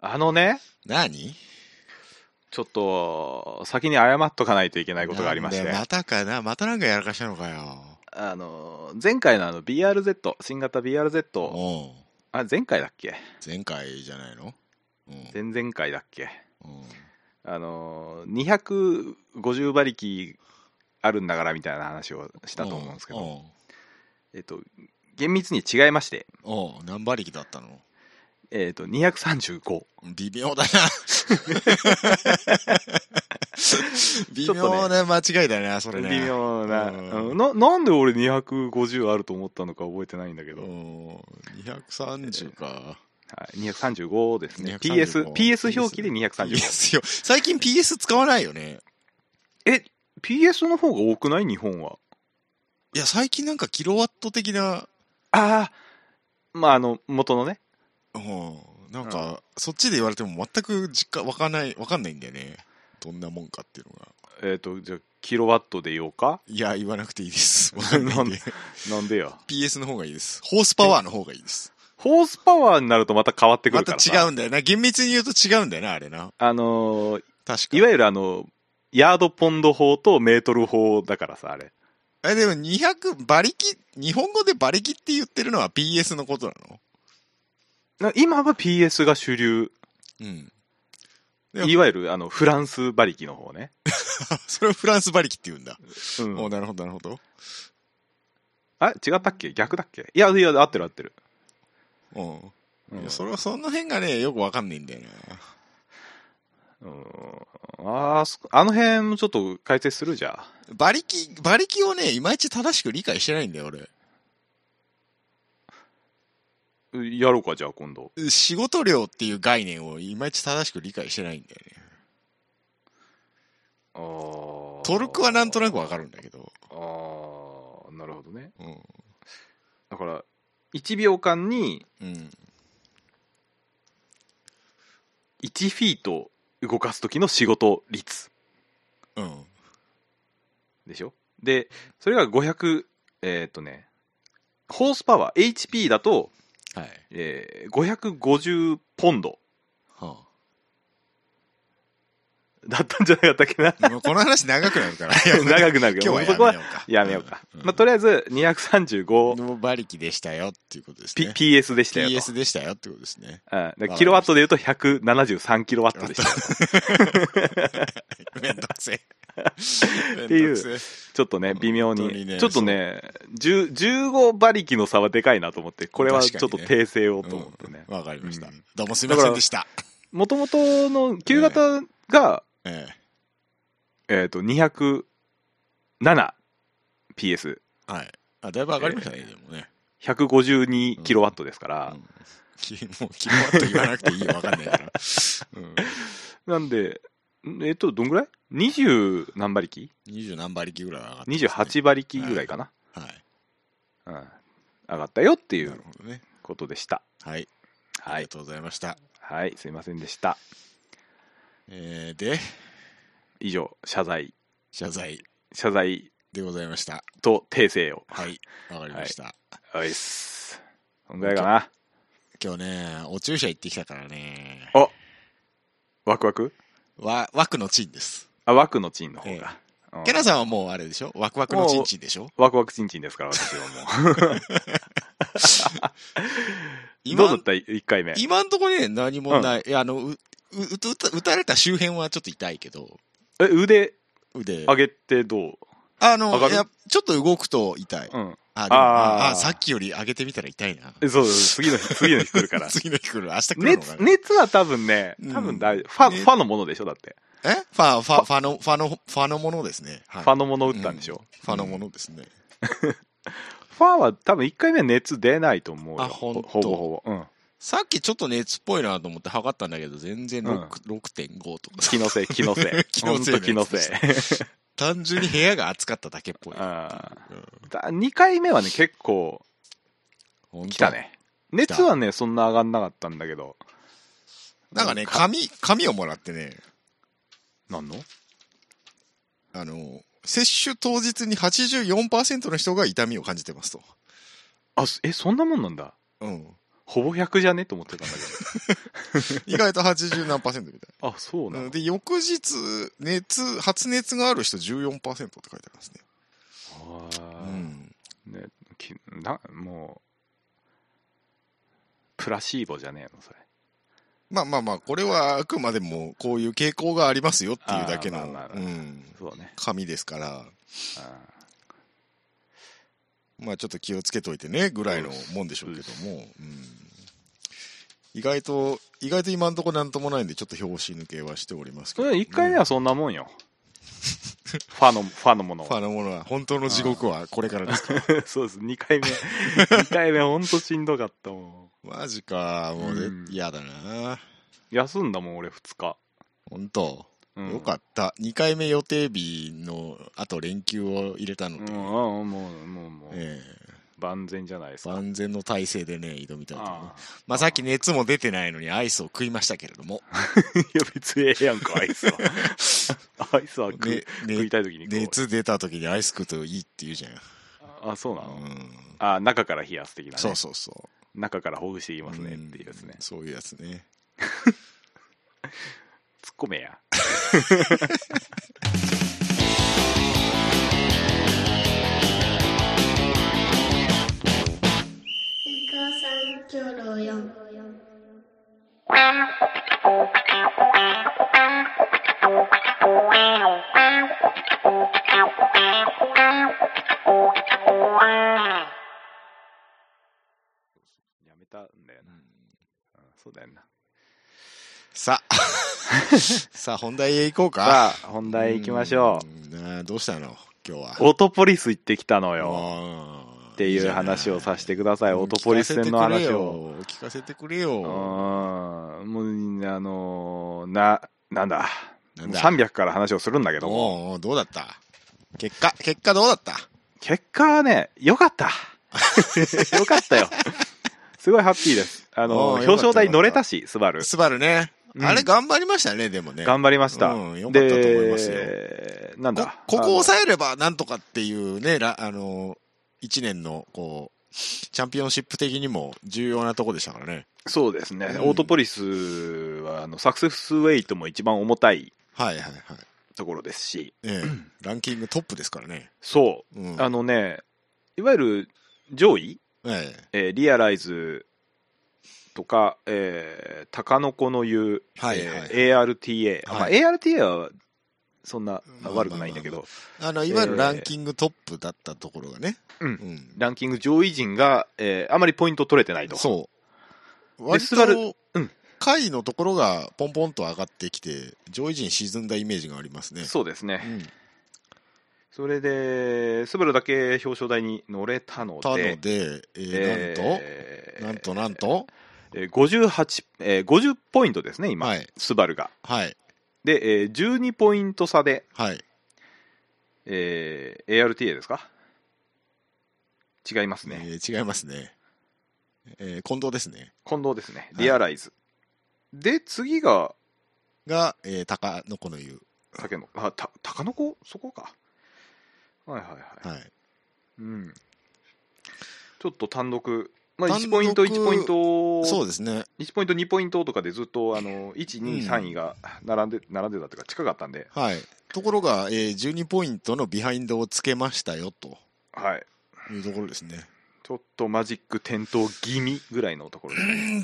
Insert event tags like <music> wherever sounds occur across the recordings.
あのね、何ちょっと、先に謝っとかないといけないことがありましなんてだよ。またかな、またなんかやらかしたのかよ。あの、前回のあの BRZ、新型 BRZ、うん。あ、前回だっけ前回じゃないのうん。前々回だっけうんあの、250馬力あるんだからみたいな話をしたと思うんですけど、えっと、厳密に違いまして、うん。うんうん。何馬力だったのえっと、235。微妙 <laughs> だな。微妙な間違いだな、それね。微妙な、うんななんで俺250あると思ったのか覚えてないんだけど、うはい、ん。230か。 235ですね PS, 235 PS 表記で235 PS よ。最近 PS 使わないよね。え PS の方が多くない日本はいや、最近なんかキロワット的な、ああまああの元のねうん。なんか、そっちで言われても全く実感わかんない、わかんないんだよね。どんなもんかっていうのが。えっ、とじゃあキロワットで言おうかいや、言わなくていいです。わかん <laughs> ないんで。なんでや PS の方がいいです。ホースパワーの方がいいです。ホースパワーになるとまた変わってくまるかたらさ違うんだよな。厳密に言うと違うんだよな、あれな。あのー確かいわゆるあのヤードポンド法とメートル法だからさあれえ、でも200、馬力、日本語で馬力って言ってるのは PS のことなのな今は PS が主流うん。 <laughs> でもいわゆるあのフランス馬力の方ね、あそれをフランス馬力って言うんだ。うんおなるほど、なるほど。あれ違ったっけ逆だっけいや、いや、合ってる合ってる。う。うんんいやそれは、その辺がね、よくわかんないんだよな。うんあーそあの辺もちょっと解説するじゃ馬力、馬力をね、いまいち正しく理解してないんだよ、俺。あやろうか、じゃあ今度。仕事量っていう概念をいまいち正しく理解してないんだよね。あートルクはなんとなくわかるんだけど。あーなるほどね。うん。だから、1秒間にうん。 1フィート動かす時の仕事率うん。でしょで、それが500、えーっとね、ホースパワー、HP だと、はい。えー550ポンドはだったんじゃなかったっけな。あ、もうこの話長くなるから。 <laughs> 長くなる <laughs> 今け日ど、はそこはややめめよよううかか。。まあ、とりあえず235、の馬力でしたよっていうことです P ね。 PS でしたよと。 PS でしたよってことですね。 <laughs> うんだからキロワットで言うと173キロワットでしたよ。めんどくせ <laughs> え。ていめうんどくせちょっとね、微妙本当に。にねちょっとね、10 15馬力の差はでかいなと思って、これはちょっと確かに訂正をと思ってねえ。。わかりましたうん。どうもすみませんでした。もともとの旧型が、ええっと、207PS、え。はい。あ、だいぶ上がりましたね、でもね。 152キロワットですからう、んきもう、キモッと言わなくていいよ、わかんないから。うん。なんで、んえっと、どんぐらい ?20 何馬力二十何馬力ぐらい上がってますね。 ?28 馬力ぐらいかな。はい。うん。上がったよっていなうるほどね。ことでした。はい。あはりいが。とうございました。はい、すいませんでした。えーで、以上、謝罪。謝罪謝罪でございました。と訂正を。はい。わかりました。おいっす。こんぐらいかな。今日ね、お注射行ってきたからね。ワクワクわ、枠のチンです。あ、ワクのチンの方が。うんケナさんはもうあれでしょワクワクのチンチンでしょワクワクチンチンですから、私はもう。ど <laughs> 今うだった ?1 回目。今んとこね、何もない。いや、あの、う、う、うた、打たれた周辺はちょっと痛いけど、え、腕腕。上げてどうあ上がの、るいや、ちょっと動くと痛い。うん。あ、でもあーあ、さっきより上げてみたら痛いな。。えそうそう、次の日、次の日来るか <laughs> ら次の日来る。明日来るのか熱、な。熱は多分ね、多分大丈夫。ファ、ねファのものでしょだって。えファ、ファ、ファの、ファの、ファのものですね。はいファのもの打ったんでしょファのものですね。ファは多分1回目は熱出ないと思うよ。あほんほとほぼほぼ。うん。さっきちょっと熱っぽいなと思って測ったんだけど、全然うん6 6.5とか。 <laughs> 気のせい、気のせい。気ほんのせいとね気のせい。単純に部屋が暑かっただけっぽい。あうん2回目はね、結構、本当来た。ね熱はねそんな上がんなかったんだけどなんかね、紙、紙をもらってね、なんのあの、接種当日に84%の人が痛みを感じてますと。あすえそんなもんなんだうん。 <laughs> ほぼ100じゃねと思ってたんだけ意外と80何パーセントみたいあそうなな。ので、翌日、熱、発熱がある人14%って書いてありますね。うあーん。ねきなもうプラシーボじゃねえのそれまあまあまあ、これはあくまでもこういう傾向がありますよっていうだけあのーまあまあ、まあうん、そうね紙ですから、あまあちょっと気をつけといてねぐらいのもんでしょうけども、うん意外と、意外と今のところなんともないんで、ちょっと拍子抜けはしておりますーけど、それ一回目はそんなもんよ、ファのファのものをファのものは、本当の地獄はこれからですから。 <laughs> そうです2回目2回目ほんとしんどかったもマジか、もうねうん嫌、だな。ん休んだもん俺2日、本当、うん、よかった。2回目予定日のあと連休を入れたのうんで、うんうんもうもうもうえ万全じゃないですえか万全の体制でね、挑みたいと思いますああまあ、さっき熱も出てないのにアイスを食いましたけれども、いや別にええやんかアイスはアイスは <laughs> 食,、ね食いねたい時に食おう熱出た時にアイス食うといいって言うじゃん。あそうなの、うんあ中から冷やす的なねそうそうそう。中からほぐしていきますねっていうやつねうんそういうやつね。突っ込めやゆかさんきょろよん。やめたんだよな、うんそうだよなさあ、 <laughs> さあ本題へ行こうか。さあ本題いきましょうん。なあどうしたの今日は。うオトポリス行ってきたのよっっていう話をさせてくださいオトポリス戦の話を。聞かせてくれうよ。んもうあのーななんだなんだ300から話をするんだけどもおうおうどうだった結果、結果どうだった結果はね、良 <laughs> かった。良かったよ。すごいハッピーです。あの、おー表彰台よか乗ったれよかたし、スバル。スバルね。うんあれ頑張りましたね、でもね。頑張りました。うん良かったと思いますよでなんこだここをさ抑えればなんとかっていうね、らあの、1年の、こう、チャンピオンシップ的にも重要なとこでしたからね。そうですね、うんオートポリスは、あの、サクセスウェイトも一番重たいはいはいはい。ところですし、ええ、 <clears throat> ランキングトップですからね。そうん、う、あのね、いわゆる上位、ええーリアライズとか、えー、タカノコの言う、はいはいはいえー ARTA、あまあ、は ARTA はそんなまあ悪くないんだけど、えあのいわゆるランキングトップだったところがね、うんんランキング上位陣が、えーあまりポイント取れてないと。そう、で割スバルとうん下位のところがポンポンと上がってきて、上位陣沈んだイメージがありますね。そうですね。うんそれで、スバルだけ表彰台に乗れたので、たので、えーえーなんと、なんと、なんと、えー58、えー50ポイントですね、今、はい、スバルが。はい、で、えー12ポイント差で、はい、えー ARTA ですか違いますね。えー違いますね。えー近藤ですね。近藤ですね、はいリアライズ。で、次が、が、えー、高の子の言う。たけのあ、た、たかのこそこか。はいはいはい。はい。うん。ちょっと単独、まあ、単独1ポイント、1ポイント、そうですね。 1ポイント、2ポイントとかでずっと、あの、1、う2、ん3位が並んで、並んでたというか、近かったんで、はい。ところが、えー、12ポイントのビハインドをつけましたよ、とはい。いうところですね。ちょっとマジック点灯気味ぐらいのところ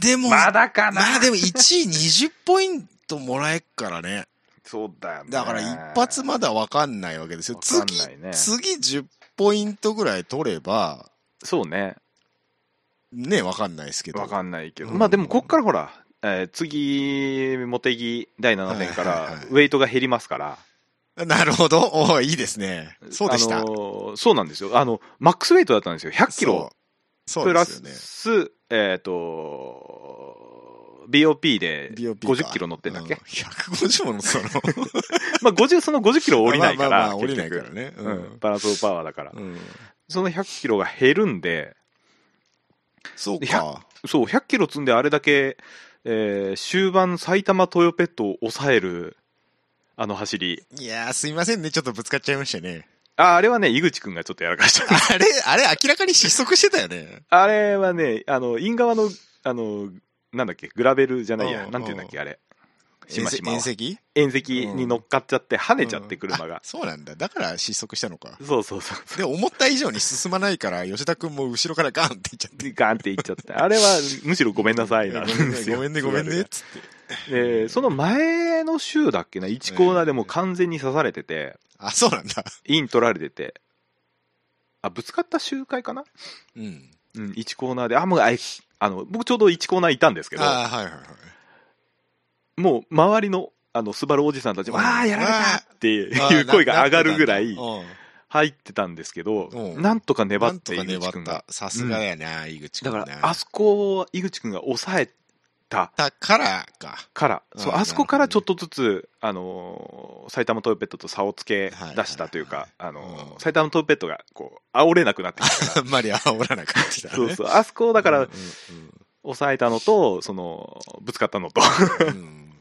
で。でも、まだかな、まあでも1位20ポイントもらえっからね。そうだよね。だから一発まだわかんないわけですよ。わかん次ない、ね次10ポイントぐらい取れば、そうね。ね、わかんないですけど。わかんないけど、うんまあでもこっからほら、えー次茂木第7戦かはいはいらはいウェイトが減りますから、なるほど。おーいいですね。そうでした。あのーそうなんですよあのマックスウェイトだったんですよ100キロそうそプうでラすよね。ス、えっ、と BOP で BOP 50キロ乗ってんだっけ、うん、150も乗ってたのまあ50その50キロ <laughs> 降りないから、まあまあまあ降結り局ないからね。ううんん。バランスオブパワーだから、うん、その100キロが減るんでそういやか。そう100キロ積んであれだけ、えー終盤埼玉トヨペットを抑えるあの走りいやー、すいませんね。ちょっとぶつかっちゃいましたね。ああれはね、井口くんがちょっとやらかした。 <laughs> あれ、あれ、明らかに失速してたよね。あれはね、あの、イン側の、あの、なんだっけグラベルじゃないや、うんなんていうんだっけあれしましまは遠赤縁石に乗っかっちゃって跳ねちゃって車あが、そうなんだ。だから失速したの <laughs> か。そうそうそうそうで、思った以上に進まないから、吉田くんも後ろからガンっていっちゃって。でガーンって行っち <laughs> ゃってあれはむしろごめんなさいなんですよごめん <laughs> ね、ごめんね、つって。でその前の週だっけな1コーナーでもう完全に刺されててあ、そうなんだ。イン取られててあぶつかった周回かな、うん。うん、1コーナーであもうあいあの僕ちょうど1コーナーいたんですけどあーはいはいはい。もう周りのあのスバルおじさんたちも、うんああ、やられたってあ <laughs> いーう声が上がるぐらなっいてたんだ入ってたんですけど、うんなんとかうん粘なっんとて、か井粘口っ君がた。。さすがやな、井口くだんかな。ら、あそこを井口君が抑えただからか。から、そうあーあそこからちょっとずつ、あのー埼玉トヨペットと差をつけ出したというか、はいあはいはいのーうん埼玉トヨペットがこう煽れなくなってきたかあんまり煽らなかったら、 <laughs> ね。そうそう、あそこをだからうん、抑えたのと、そのぶつかったのと、 <laughs> うんうんうん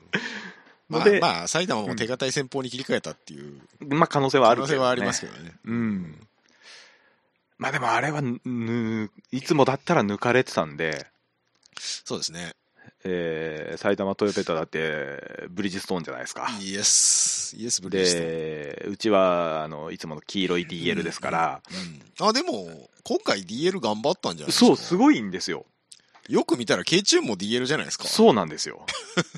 まのあで、まあ、まあ、埼玉も手堅い戦法に切り替えたっていう可能性はあ可る能性けどねはありますけどね。うん。まあでもあれはぬ、ぬいつもだったら抜かれてたんで、そうですね。えー埼玉トヨペタだってブリヂストーンじゃないですか。イエス。イエス、ブリヂストンで、うちはあのいつもの黄色い DL ですから、うんあ、でも、今回 DL 頑張ったんじゃないですか。そう、すごいんですよ。よく見たら、K チューンも DL じゃないですか。そうなんですよ。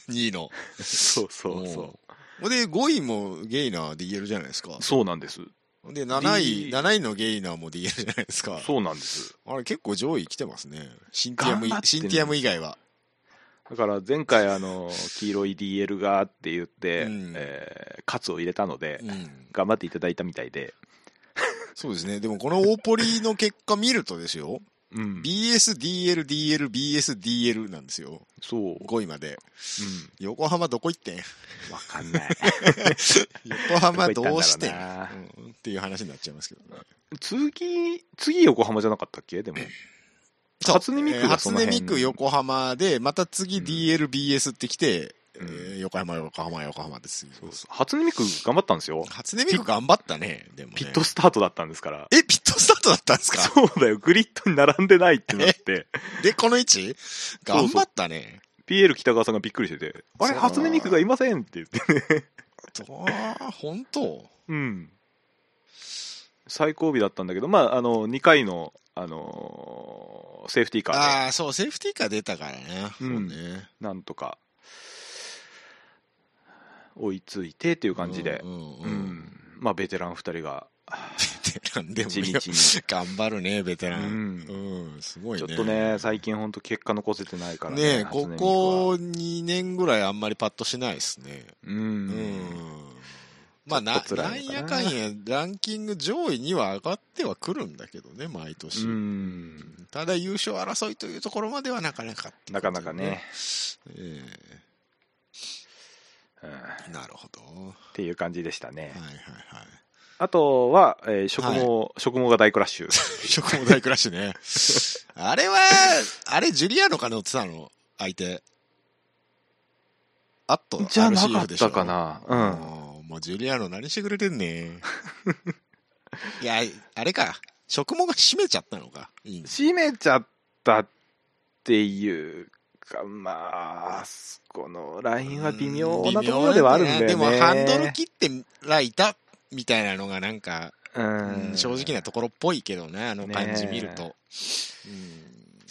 2位の。そうそうそうん。で、5位もゲイナー DL じゃないですかう。。そうなんです。で、7位、 D- 7位のゲイナーも DL じゃないですか。そうなんです。あれ、結構上位来てますね。シンティアム頑張っい、てシるンティアム以外は。だから前回あの黄色い DL がって言って、うんえーカツを入れたので、うん。頑張っていただいたみたいで、そうですね。でも、この大ポリの結果見るとですよ。うん、 BS、DL、DL、BS、DL なんですよ。そう、うん、 5位まで。横浜どこ行ってん <laughs> わかんない。横浜どうしてんど <laughs> こ行ったんだろうんっていう話になっちゃいますけどね。次、次横浜じゃなかったっけでも。そう初音ミクえーが初その音辺ミク横浜で、また次うん DLBS って来て、うんえー横浜、横浜、横浜ですよ。初音ミク頑張ったんですよ。初音ミク頑張ったね、でもね、ピットスタートだったんですから。え、ピットスタートだったんですかそうだよ、グリッドに並んでないってなって、 <laughs> で、この位置うそ頑う張ったね。 PL 北川さんがびっくりしてて、あれ、そう初音ミクがいませんって言って、ああ、本当うん。最後尾だったんだけど、まあ、あの、2回の、あのーセーフティーカーで、ああ、そう、セーフティーカー出たからね。うんそうね。なんとか、追いついてっていう感じでう、んうんう。うんん。まあ、ベテラン2人が、ベテランでも地いいよ道に。頑張るね、ベテうラン。んう。ん、すごいちょね。っとね、最近本当結果残せてないからねね。え初こ音ミクはこ2年ぐらいあんまりパッとしないですね。ううんん。。まあ、なちょっとな辛んいのやかなかんや、ランキング上位には上がってはくるんだけどね、毎う年。ん。ただ、優勝争いというところまではなかなかってこなとかでなかね。。えうんっえなるほど。はていう感じでしたねい。はいはい。あとは、えー食毛、食毛が大クラッシュ。食も大クラッシュ <laughs> ね。あれは、あれ、ジュリアーノか乗ってたの相手。あっと、 <laughs> じゃな RCF かっでしょたかな。うん。もうもうジュリアーノ何してくれてんね <laughs> いや、あれか。食毛が閉めちゃったのか。いいんです閉めちゃったっていうか、まあ、あそこのラインは微妙なところではあるんだよね。微妙なんだよなでも、ハンドル切ってらいたみたいなのがなんか、うん正直なところっぽいけどね、あの感じ見ると。ち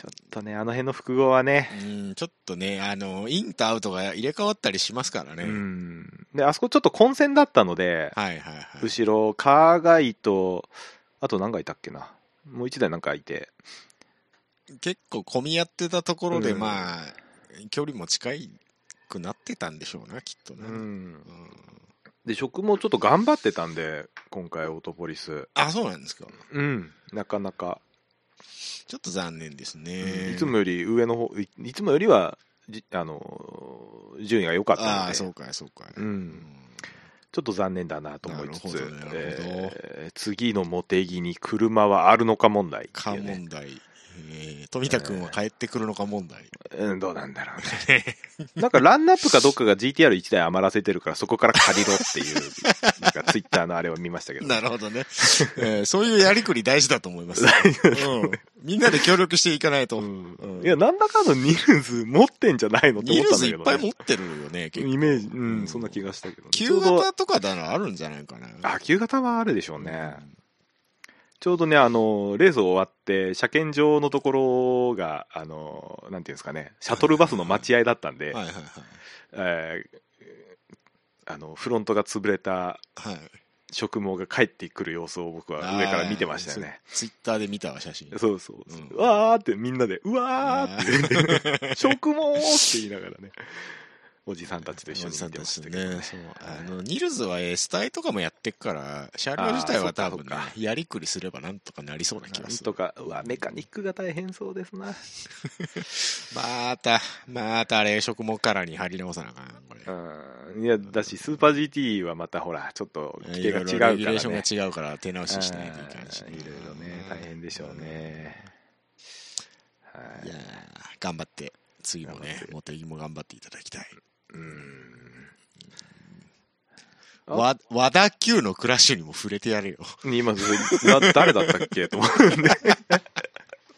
ょっとね、あの辺の複合はね。うん、うんちょっとね、あの、インとアウトが入れ替わったりしますからね。うん。で、あそこちょっと混戦だったので、はいはいはい。後ろ、カーガイと、あと何がいたっけな、もう一台なんかいて、結構混み合ってたところで、うんまあ、距離も近いくなってたんでしょうな、きっとうね。ん、うんで、食もちょっと頑張ってたんで、今回、オートポリス、あ、そうなんですか。うん、なかなか、ちょっと残念ですうんね。いつもより上の方いいつもよりは、じあのー順位が良かったあのあ、で、そうか、そうか。う、うんちょっと残念だなと思いつつなるほどなる、ほどえー次の茂木に車はあるのか問題ってかいうね問題。えね。富田君は帰ってくるのか問題。うん、どうなんだろうね。 <laughs> なんかランナップかどっかが GTR1 台余らせてるから、そこから借りろっ <laughs> ていう、なんかツイッターのあれを見ましたけど。 <laughs> なるほどね、えーそういうやりくり大事だと思います、 <laughs> うん。みんなで協力していかないと。うんいや、なんだかんだニルズ持ってんじゃないのってニ思っルたズんだけいど、っね。ぱい持ってるよね、結構。イメージ、うん、そんな気がしたけど、ね。ちょ旧うど型とかならあるんじゃないかな。あ、旧型はあるでしょうね。ちょうどね、あの、レース終わって、車検場のところが、あの、なんていうんですかね、シャトルバスの待合だったんで、はいはいはい。えーあの、フロントが潰れたはい、植毛が帰ってくる様子を僕は上から見てましたよね。あー。ツイツイッターで見たわ、写真。そうそうそううんわーってみんなで、うわーって、 <laughs> 食毛って言いながらね、おじさんたちと <laughs> 一緒に見てましたけど、おじさんたちとねそうあのニルズは S 体とかもやってっから、車両自体は多分ねあーそっかそっかやりくりすればなんとかなりそうな気ながんすると。か、うわ、メカニックが大変そうですな。また、またあれ、食毛カラーに貼り直さなあかん、これ。うん、いや、だし、スーパー GT はまたほら、ちょっと規定が違うから、ね。いろいろレギュレーションが違うから手直ししないといけないし、うんいろいろね、大変でしょうね。はいいやー頑張って、次も頑張っねて、モテギも頑張っていただきたい。あわ和田急のクラッシュにも触れてやれよ。今、な誰だったっけと思 <laughs> うんで。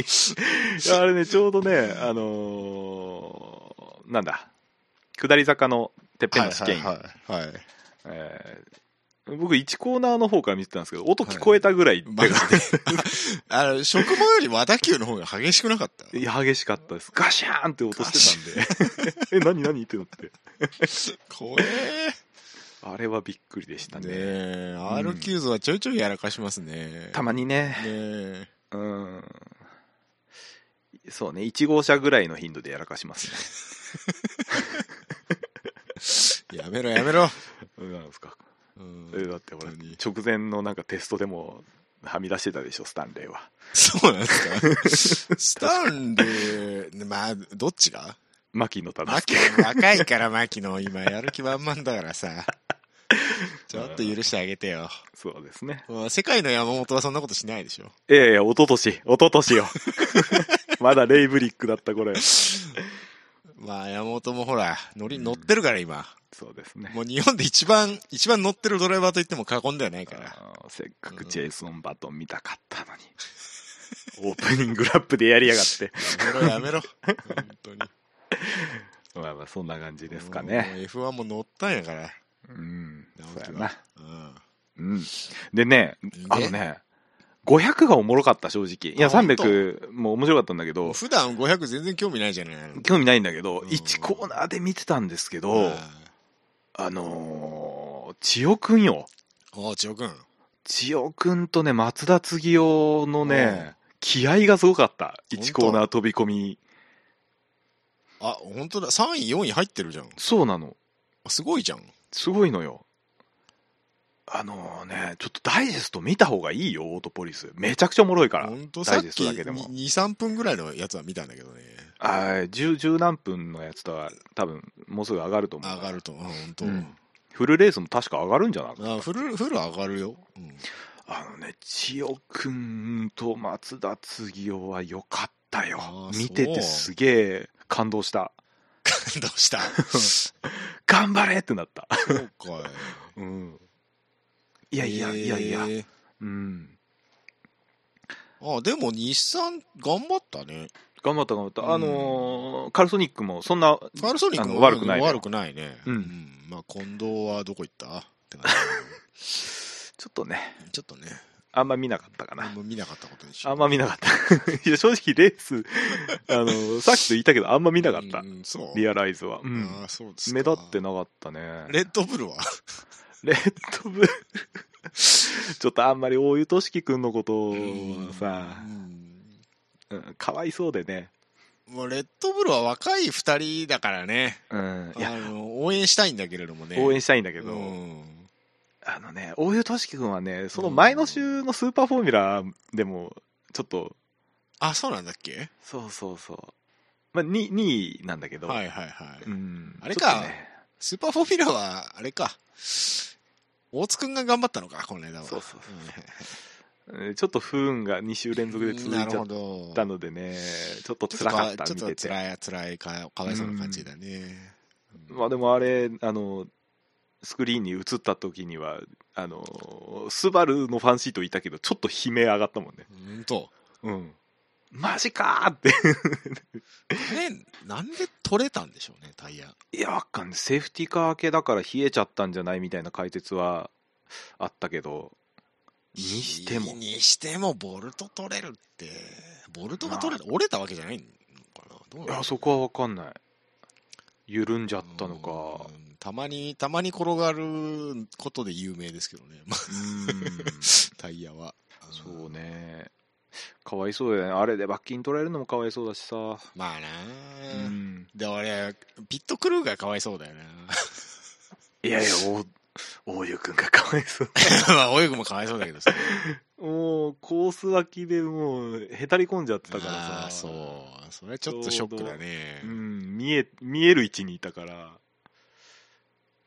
いやあれね、ちょうどね、あのーなんだ、下り坂のてっぺんの試験員、はいはいはい。えー僕、1コーナーの方から見てたんですけど、音聞こえたぐらい、マジで。あ <laughs> の、食毛より和田急の方が激しくなかった。いや激しかったです。ガシャーンって音してたんで、 <laughs> え、何、何ってなって、怖え。あれはびっくりでしたねね。え、R キューズはちょいちょいやらかしますね。たまにね、ねえ。うん。そうね、1号車ぐらいの頻度でやらかしますね。やめろやめろ。 <laughs> うんなんですか。うんえだってほら本当に直前のなんかテストでもはみ出してたでしょスタンレーはそうなんですかスタンレー、まあ、どっちが牧野忠マキ介 <laughs> 若いから、マキの今、やる気満々だから <laughs> さ。ちょっと許してあげてよ。そうですねもう世界の山本はそんなことしないでしょ。いやいや一昨年一昨年 <laughs> よまだレイブリックだった頃よまあ、山本もほら、乗り、乗ってるから今。そうですねもう日本で一番、一番乗ってるドライバーと言っても過言ではないから。あーせっかくジェイソン・バトン見たかったのに <laughs> オープニングラップでやりやがってやめろやめろ。本当に。 <laughs> まあまあそんな感じですかもねう F1 も乗ったんやから。うん直そ樹うやなは。ううんでねん。あのね500がおもろかった正直いやあ本当300も面白かったんだけど普段500全然興味ないじゃない。興味ないんだけど、ん1コーナーで見てたんですけおど、あのー千代くんよ。おう、千代くん。千代くんとね、松田継夫のね、気合がすごかった。本当1コーナー飛び込み。あ、本当だ。3位、4位入ってるじゃん。そうなの。あすごいじゃん。すごいのよ。あのーね、ちょっとダイジェスト見た方がいいよ、オートポリス。めちゃくちゃおもろいから。本当ダさイっジェスきトだ2、けでも3分ぐらいのやつは見たんだけどね。はい、十、十何分のやつとは多分、もうすぐ上がると思う。上がると。うん本当。うんフルレースも確か上がるんじゃないかなあフル、フル上がるよ。うん <laughs> あのね、千代くんと松田継夫は良かったよあ。ー見てそてすげえ感動した。どうしたそ頑張れってなった。うかうん。いいやいやいやいや、えうん。ーあ、でも日産頑張ったね。頑張った頑張った。うんあのーカルソニックもそんな、ファルソニックあもの悪くないのよ悪くないね。うんまあ、近藤はどこ行ったって感ちょっとね、 <laughs> じ。ちょっとね、あんま見なかったかあんな。ま見なかったことにしようあんま見なかった。 <laughs> いや、正直レース、あの <laughs> ーさっきと言ったけど、あんま見なかったう。んそう。リアライズは。うん。あーそうですか目立ってなかったね。レッドブルはレッドブル <laughs> ちょっとあんまり大湯俊樹君のことをさ、うんうんかわいそうでね、もうレッドブルは若い二人だからね、うんいやあの応援したいんだけれどもね。応援ししたいんだたけど、うん、あのね大湯俊樹君はねその前の週のスーパーフォーミュラーでもちょっとあ、そうなんだっけそうそうそう、まあ、2, 2位なんだけど、はいはいはい。うんあれかちょっとねスーパーフォーフィラーは、あれか。大津くんが頑張ったのか、この間は。そうそうそうんえーちょっと不運が2週連続で続いなちるゃほっど。たのでね、ちょっとち辛かった、ょ見とてつて。らい、つらいか、かわいそうな感じだね。まあでもあれ、あの、スクリーンに映った時には、あの、スバルのファンシートいたけど、ちょっと悲鳴上がったもんね。うんと。うん。マジかーって。 <laughs> あれ、なんで取れたんでしょうね、タイヤ。いや、わかんない。セーフティーカー明けだから冷えちゃったんじゃないみたいな解説はあったけど、にしても。にしても、ボルト取れるって。ボルトが取れた、折れたわけじゃないのかな。どういなのや、そこはわかんない。緩んじゃったのか。うんたまに、たまに転がることで有名ですけどね、 <laughs> まあ <laughs> うんタイヤは。んそう。ね。かわいそうだよね。あれで罰金取られるのもかわいそうだしさ。まあなうあ、ん。で、俺、ピットクルーがかわいそうだよな。 <laughs> いやいや、お、大湯くんがかわいそう。まあ、泳ぐもかわいそうだけど <laughs> さ。もう、コース脇でもう、へたり込んじゃってたからあさ。あ、そう。それちょっとショックだねう。ん、見え、見える位置にいたから、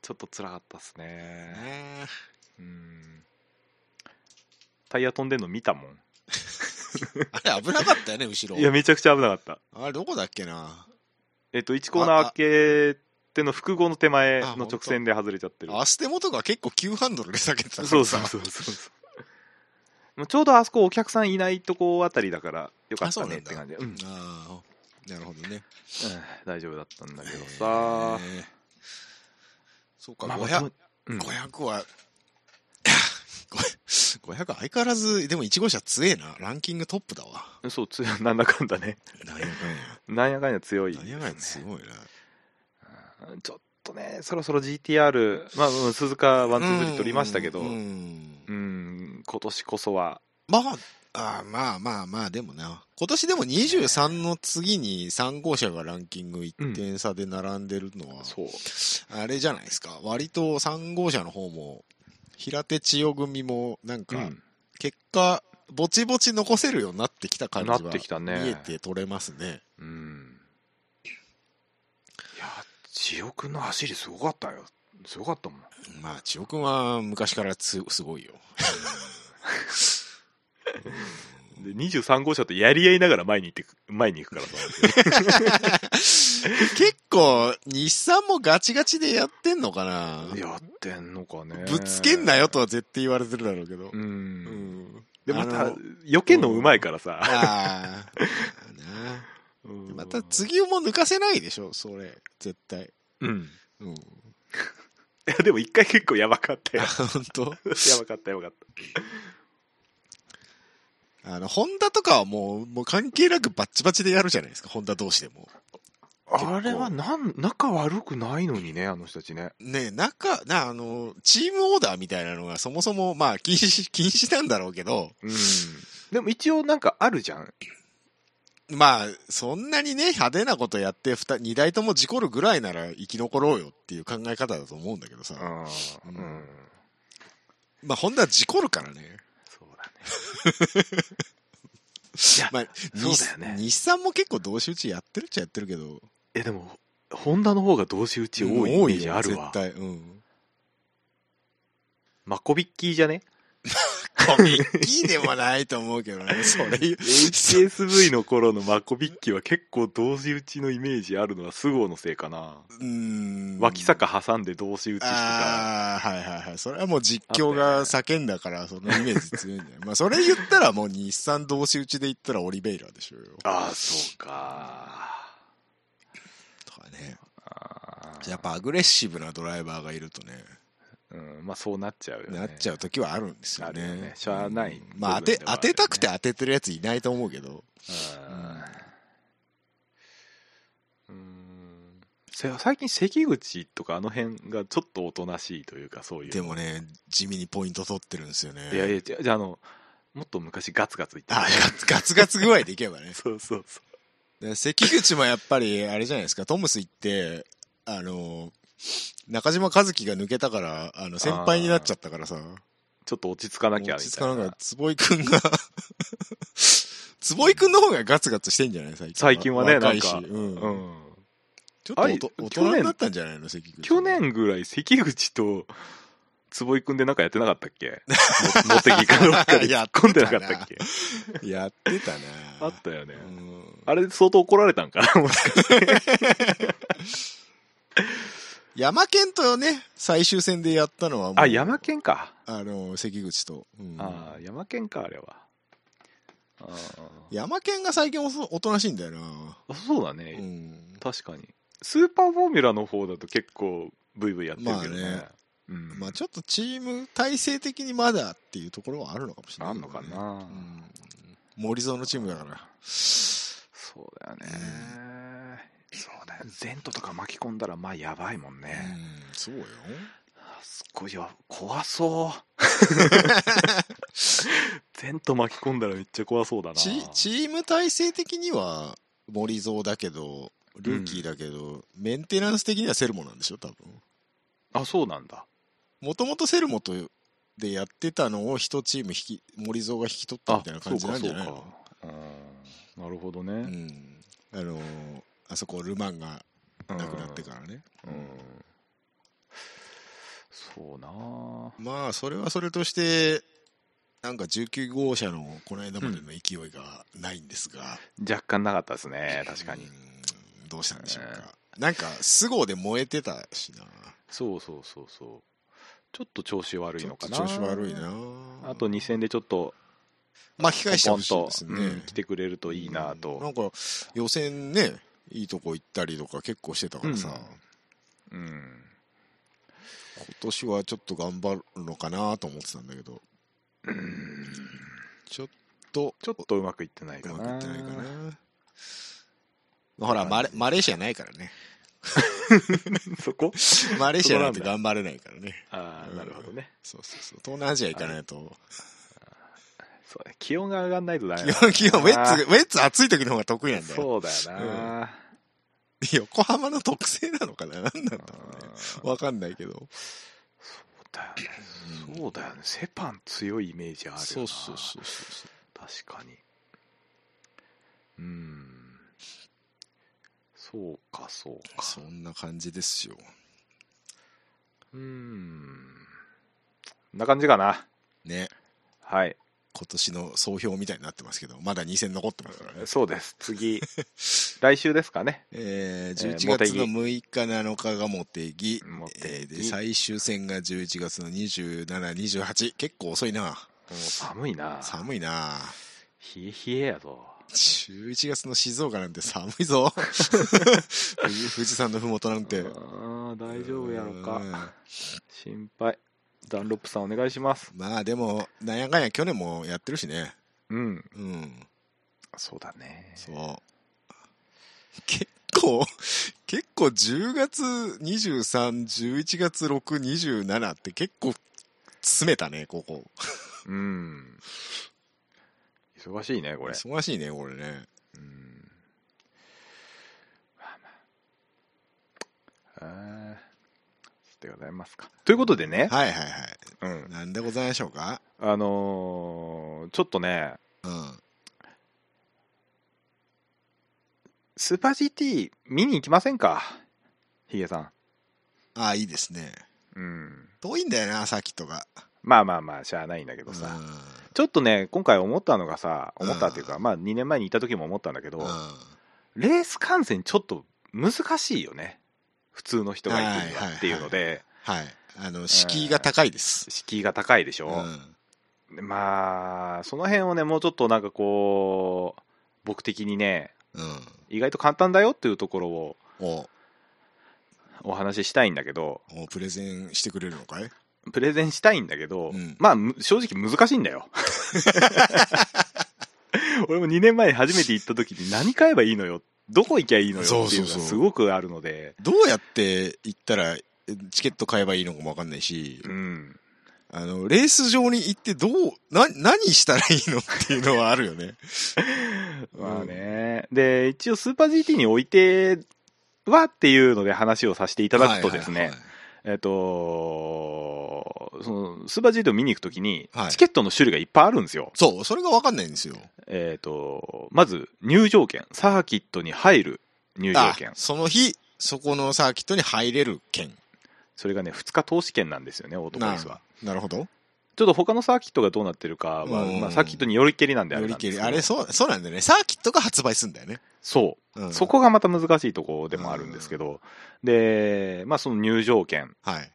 ちょっと辛かったっすね。ねうん。タイヤ飛んでんの見たもん。えあれ危なかったよね、後いや、ろ。めちゃくちゃ危なかった。あれ、どこだっけな。えっと、1コーナー明けての複合の手前の直線で外れちゃってる。アステモとか結構急ハンドルで避けてたからさそうそうそうそうそう。もうちょうどあそこお客さんいないとこあたりだからよか <laughs> あっそたうなねっんだて感じでうん、うんああ、なるほどね。大丈夫だったんだけどさ、へえそうか、まあ500、うん500は、500は相変わらず、でも1号車強えな。ランキングトップだわ。そうつ <laughs> なんだかんだねなんやかんなんやかんや強いや。なんやかんやすごいな。うんちょっとねそろそろ GTR、まあ、うん鈴鹿ワンツースリー取りましたけどううんうんん今年こそはまあ、あーまあまあまあ、でもな。今年でも23の次に3号車がランキング1点差で並んでるのは、そうあれじゃないですか。割と3号車の方も、平手千代組も、なんうか、ん結果、ぼちぼち残せるようになってきた感じはなってきたね見えて取れますね。うんいや千代君の走りすごかったよすごかったもんまあ、千代くんは昔からつすごいよ。で23号車とやり合いながら前に行ってく前に行くからさ結構、日産もガチガチでやってんのかな <laughs> やってんのかねぶつけんなよとは絶対言われてるだろうけどう。ん、うん。でまあたの避けんのうまいからさ、ああ。なあうんまた次も抜かせないでしょ、それ。絶対。うんうん。いやでも一回結構やばかったよあ本当やばかったやばかっあの、ホンダとかはもう、もう関係なくバッチバチでやるじゃないですか、ホンダ同士でも。結た構あれはなん仲悪くないのにねあの人たちねねえ、中、な、あの、チームオーダーみたいなのがそもそも、まあ、禁止、禁止なんだろうけど、うんでも一応なんかあるじゃんまあ、そんなにね、派手なことやって、二二台とも事故るぐらいなら生き残ろうよっていう考え方だと思うんだけどさ。うん、うん、まあ、ホンダは事故るからね。そうだねいや、ま <laughs> あ、そうだよね日日産も結構同士打ちやってるっちゃやってるけど。えでもホンダの方が同士打ち多いイメージあるよわ絶対。うん。マコビッキーじゃねコミッキーでもないと思うけど <laughs> ね、それ言う HSV の頃のマコビッキーは結構同士打ちのイメージあるのは菅生のせいかな <laughs> うーん。脇坂挟んで同士打ちしてたああ、はいはいはい。それはもう実況が叫んだから、そのイメージ強いんだよ。 <laughs> まあ、それ言ったらもう日産同士打ちで言ったらオリベイラでしょうよ。ああそうかとかね。あーやっぱアグレッシブなドライバーがいるとね、うん、まあそうなっちゃうよねなっちゃう時はあるんですよあるよね。ねしゃあないうんまあ、当て、部分ではあ当るてよねたくて当ててるやついないと思うけど。うんうんせ最近関口とかあの辺がちょっとおとなしいというかそういうでもね、地味にポイント取ってるんですよね。いやいやじゃじゃああのもっと昔ガツガツ言ってあたガツガツ具合でいけばね。そうそうそで関口もやっぱり、あれじゃないですか、トムス行って、あの、中島和樹が抜けたから、あの、先輩になっちゃったからさ、うちょっと落ち着かなきゃみ落ち着たかいななかった坪井く <laughs> んが、坪井くんの方がガツガツしてんじゃない最近は。最近はね若いしなんかうん。うんちょっとおとあ大人 <laughs> れ去年になったんじゃないの関口。去年ぐらい関口と坪井くんでなんかやってなかったっけ <laughs> も茂木かどっかで突っ込んでなかったっけやってたなあったよね。うんあれ相当怒られたんかなもしかして山県とね、最終戦でやったのはもう <laughs> あ、山県か。あの、関口と。うんああ、山県か、あれは。あ山県が最近おそおとなしいんだよな。あ、そうだうね。ん。確かに。スーパーフォーミュラの方だと結構ブイブイやってるけどね。まあねうん。まあちょっとチーム体制的にまだっていうところはあるのかもしれなあいんけのどね、かな、うん森蔵のチームだから。そうだよね、そうだよゼントとか巻き込んだらまあやばいもんうね、ん、そうよ。あすっごいよ <laughs> 怖そうゼント巻き込んだらめっちゃ怖そうだなチチーム体制的には森蔵だけど、ルーキーだけど、メンテナンス的にはセルモなんでしょ、多分。あそうなんだもともとセルモとでやってたのを一チーム引き、森蔵が引き取ったあみたいな感じなんじゃないそうのかそうかうんなるほどね、うん。あのーあそこルマンがなくなってからね。うん、そうなあまあそれはそれとしてなんか19号車のこの間までの勢いがないんですが、若干なかったですね確かに、うんどうしたんでしょうか、なんかスゴで燃えてたしなそうそうそうそうちょっと調子悪いちょのっかとな調子悪いなあと2戦でちょっと巻き返してポほンしいとですね、うん来てくれるといいななと、んか予選ねいいとこ行ったりとか結構してたからさ、うんうん今年はちょっと頑張るのかなと思ってたんだけど、ちょっとちょっとうまくいってないうかまなくいってないかなほらマレマレーシアないからね <laughs> そこマレーシアなんてそこな頑張れないからねあうあんなるほどね、そうそうそう東南アジア行かないとそうね気温が上がんないとダメだ基 <laughs> 本基本ウェッツウェッツ暑い時の方が得意なんだよそうだよな、横浜の特性なのかな何なんだろうねうん <laughs> わかんないけどだよねそうだよねセパン強いイメージあるよなそうそうそうそう確かにうんそうかそうかそんな感じですようんこんな感じかなねはい今年の総評みたいになってますけどまだ2戦残ってますからねそうです次来週です <laughs> かねえー、えー11月の6日7日が茂木茂木えーで最終戦が11月の2728結構遅いなもう寒いな寒いな冷え冷えやぞ11月の静岡なんて寒い <laughs> ぞ富士富士山のふもとなんてあー大丈夫やろうかん心配ダンロップさんお願いしますまあでもなんやかんや去年もやってるしねうんうんそうだねそう結構結構10月2311月627って結構詰めたねここうん忙しいねこれ忙しいねこれねうんまあまあ。あーでございますか。ということでね、はいはいはいうん、なんでございましょうかあのーちょっとね、うんスーパー GT 見に行きませんか、ヒゲさん。ああいいですねうん、遠いんだよなサーキットがまあまあまあ、しゃあないんだけどさ、ちょっとね、今回思ったのがさ、思ったっていうか、まあ2年前にいた時も思ったんだけど、うんうんレース観戦ちょっと難しいよね。普通の人が行くにはっていうので、はいあの敷居が高いです、敷居が高いでしょ。うんまあその辺をねもうちょっとなんかこう僕的にねうん意外と簡単だよっていうところをおお話ししたいんだけどおプレゼンしてくれるのかいプレゼンしたいんだけど、うんまあむ正直難しいん <laughs> だよ俺も2年前に初めて行った時に何買えばいいのよどこ行きゃいいのよそうっていそううのそうがすごくあるのでどうやって行ったらえチケット買えばいいのかもわかんないし、うんあの、レース場に行ってどう、な、何したらいいのっていうのはあるよ <laughs> ね。まあねで一応スーパー GT においてはっていうので話をさせていただくとですね、はいはいはいえっと、そのスーパー GT を見に行くときにはい、チケットの種類がいっぱいあるんですよ。そう、それがわかんないんですよ。えっと、まず入場券、サーキットに入る入場あ券、その日、そこのサーキットに入れる券。それがね2日投資券なんですよねオートポリスはなるほど。ちょっと他のサーキットがどうなってるかは、うんまあ、サーキットによりけりなんであよれりなんでけすり。けどあれ、そう、そうなんだよね。サーキットが発売すんだよね。そううん、そこがまた難しいところでもあるんですけど、で、まあ、その入場券はい。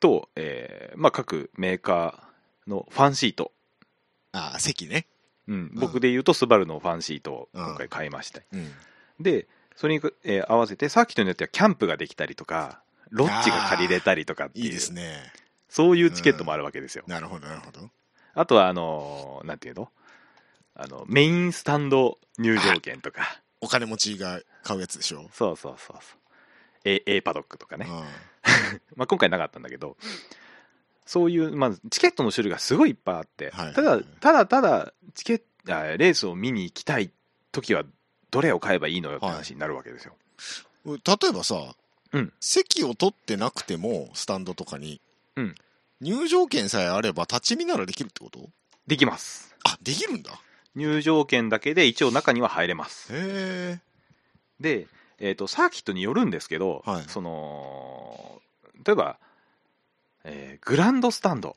と、えーまあ、各メーカーのファンシート、ああ、席ね。うん、僕で言うとスバルのファンシートを今回買いました、うん。でそれに、えー合わせてサーキットによってはキャンプができたりとかロッジが借りれたりとかっていういいですね。そういうチケットもあるわけですよ、なるほど、なるほど。あとはあのーなんていうのあのメインスタンド入場券とかお金持ちが買うやつでしょ。そうそうそうそう A, A パドックとかね、うんまあ、今回なかったんだけどそういう、まあ、チケットの種類がすごいいっぱいあって、はいただただただチケッあレースを見に行きたい時はどれを買えばいいのよって話になるわけですよ、例えばさ、うん席を取ってなくてもスタンドとかに、うん入場券さえあれば立ち見ならできるってことできますあできるんだ入場券だけで一応中には入れますへえで、えー、とサーキットによるんですけど、はいその例えば、えーグランドスタンド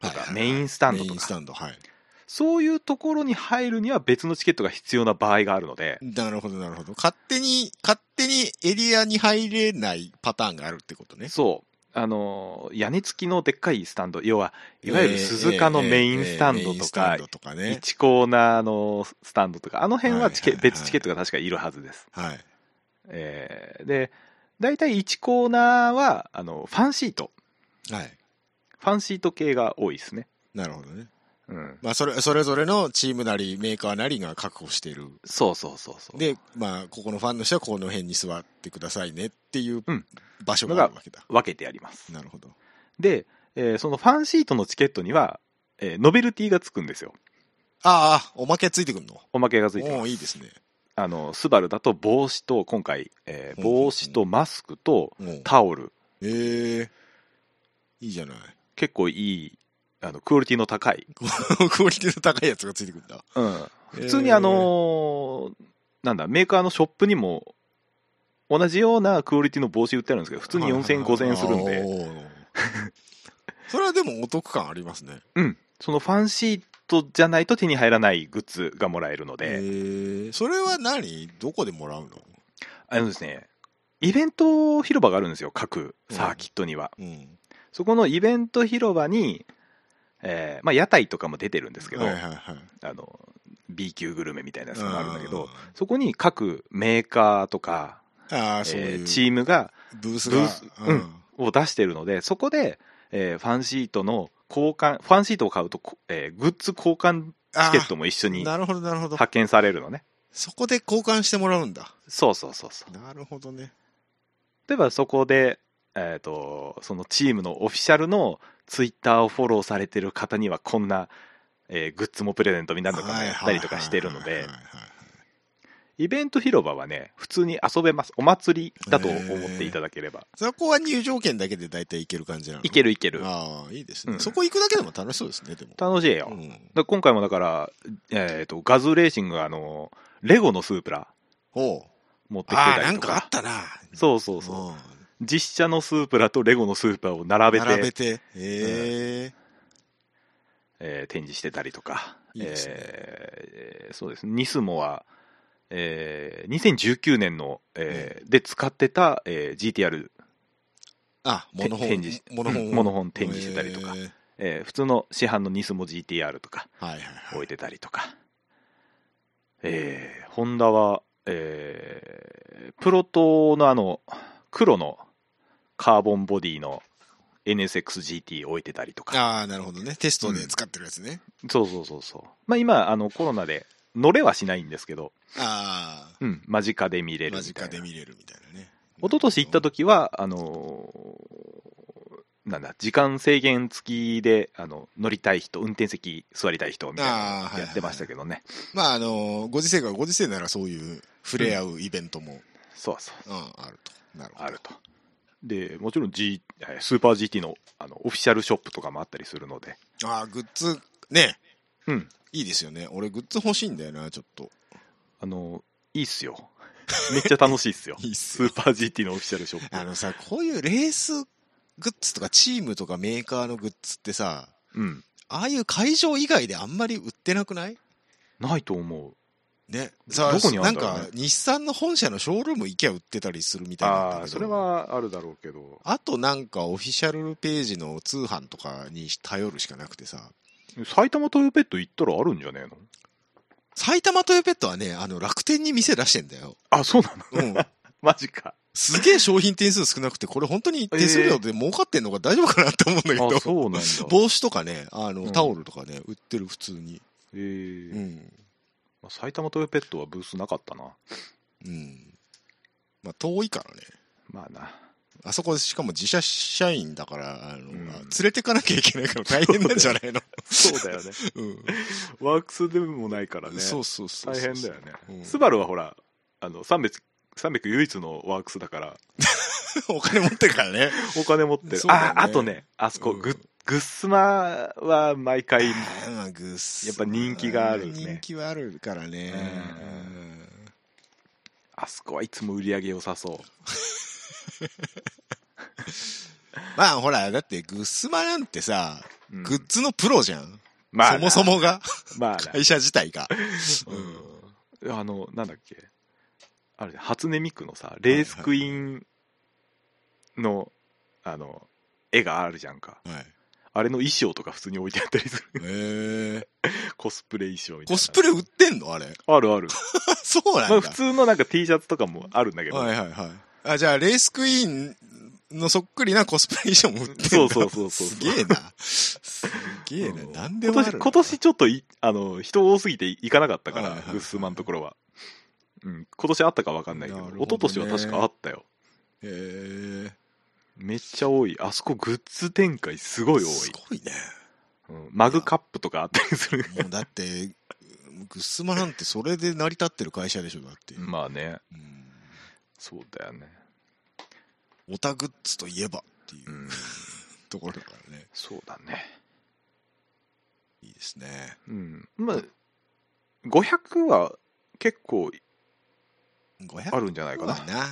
とかメインスタンドメとインスかタンドはいそういうところに入るには別のチケットが必要な場合があるのでなるほどなるほど勝手に勝手にエリアに入れないパターンがあるってことねそうあのー屋根付きのでっかいスタンド要はいわゆる鈴鹿のメインスタンドとメインスタかンドとかね一コーナーのスタンドとかあの辺はチケはいはいはい別チケットが確かいるはずです、はいえー、で大体1コーナーはあのファンシートはいファンシート系が多いですねなるほどねうんまあそれそれぞれのチームなりメーカーなりが確保しているそうそうそうそうでまあここのファンの人はこの辺に座ってくださいねっていううん場所があるわけだ、分けてやりますなるほどで、えーそのファンシートのチケットには、えーノベルティがつくんですよああ、おまけついてくんのおまけがついてますおおいいですね。あのスバルだと帽子と今回、えーうんうんうん帽子とマスクとおうタオルええいいじゃない。 <laughs> 結構いいあのクオリティの高い、クオリティの高いやつがついてくんだ。普通にあのーなんだメーカーのショップにも同じようなクオリティの帽子売ってあるんですけど普普通に4000円5000円するんでで。 <laughs> それはでもお得感ありますね。うんそのファンシートじゃないと手に入らないグッズがもらえるので、ええそれは何どこでもらうのあのですねイベント広場があるんですよ各サーキットには、うん。そこのイベント広場に、えーまあ、屋台とかも出てるんですけど、はいはいはい。あの B 級グルメみたいなやつがあるんだけうど、そこに各メーカーとか、ああ、そうえいーうチームがブースブがースうんを出してるのでそこで、えーファンシートの交換ファンシートを買うと、こえーグッズ交換チケットもも一緒になるほどなるほど。発見されるのねそこで交換してもらうんだ。そうそうそうそうなるほどね。例えばそこで、えー、とそのチームのオフィシャルのツイッターをフォローされてる方にはこんな、えーグッズもプレゼントになるとかもやったりとかしてるのはいはいはでいはいはいイベント広場はね普通に遊べますお祭りだと思っていただければそこは入場券だけで大体行ける感じなのいける。るいけるああ、いいですね、うんそこ行くだけでも楽しそうですね、でも。楽しいよ、うんだ今回もだから、えー、とガズーレーシングがあのレゴのスープラおう持ってきてああ、たなりんとかかあったな。そうそうそううん実写のスープラとレゴのスープラを並べて並べて。ええー展示してたりとかいいですねえーそうですねニスモは、えー2019年の、えーで使ってた、えー GTR、ー、あ、モノホン。展示しモノホンを、うんモノホン展示してたりとかえーえー普通の市販のニスモ GTR とかはいはいは置い。いてたりとか、えーホンダは、えープロトのあの黒のカーボンボディの NSXGT 置いてたりとかああ、なるほどね。テストで使ってるやつね。そうそうそうそうまあ今あのコロナで乗れはしないんですけど、あうん、間近で見れあ、る間み近たいなで見れるみたいなね。一昨年行った時はあのーなんだ時間制限付きであの乗りたい人運転席座りたい人みたいあーはいなはいのやってましたけどね、まあ、あのーご時世がご時世ならそういう触れ合うイベントも、そうそううん、あると。なるほど。あるとでもちろん、G、えースーパー GT のあのオフィシャルショップとかもあったりするのでああ、グッズ、ね。うんいいですよね。俺、グッズ欲しいんだよな、ちょっと。あのいいっすよ <laughs> めっちゃ楽しいっすよいいっスすよーパー GT のオフィシャルショップあのさ、こういうレースグッズとかチームとかメーカーのグッズってさ、うん。ああいう会場以外であんまり売ってなくないないと思う。ね。さどこにあなんんだろうねか、日産の本社のショールーム行きゃ売ってたりするみたいなんだあけあ、どそれ。はあるだろうけど。あとなんかオフィシャルページの通販とかに頼るしかなくてさ。埼玉トヨペット行ったらあるんじゃねえの埼玉トヨペットはね、あの楽天に店出してんだよ。あ、そうなのうん。 <laughs> マジか。すげえ商品点数少なくて、これ本当に手数料で儲かってんのか大丈夫かなって思うんだけど。あ、そうなんだ。帽子とかね、あの、うんタオルとかね、売ってる普通に。えーうん。まあ埼玉トヨペットはブースなかったな。うん。まあ遠いからね。まあな。あそこしかも自社社員だから、あの、うん連れてかなきゃいけないから大変なんじゃない <laughs> の <laughs> そうだよね。ワークスでもないからうん。ね。そうそうそう大変だよね。うんスバルはほら、あの、300、300唯一のワークスだから、お金持ってるからね。お金持ってる。そうだよねあ、あとね、あそこ、うんグッ、グッスマは毎回、まあグッス <laughs> やっぱ人気があるね人気はあるからね。うんうんあそこはいつも売り上げ良さそう。まあほら、だってグッスマなんてさ、うんグッズのプロじゃん。まあそなもそ。もが、まあな会社自体が。うんうん、あの、なんだっけ、あれね、初音ミクのさ、レースクイーンの、あの、絵があるじゃんか。 <laughs> はい。あれの衣装とか普通に置いてあったりすへる。え。コスプレ衣装みたいな。コスプレ売ってんのあれ。 <laughs> あるある。あそうなんだ。まあ、普通のなんか T シャツとかもあるんだけど、はいはいはい。あ、じゃあ、レースクイーンのそっくりなコスプレ衣装も売ってんだそうそうそうそうすげえな。すげえなう。んなんで今もある年、今年ちょっとい、あの、人多すぎて行かなかったから、はいはいはいグッスマのところは。うん、今年あったか分かんないけどなるほ一どね昨年は確かあったよ。えー、めっちゃ多い。あそこグッズ展開すごい多い。すごいね。うんマグカップとかあったりする。 <laughs> もうだって、グッスマなんてそれで成り立ってる会社でしょ、だって。まあね、うんそうだよね。、オタグッズといえばっていううんところだからね。そうだね。いいですね。うん。まあ、500は結構あ500るんじゃないかはな。な。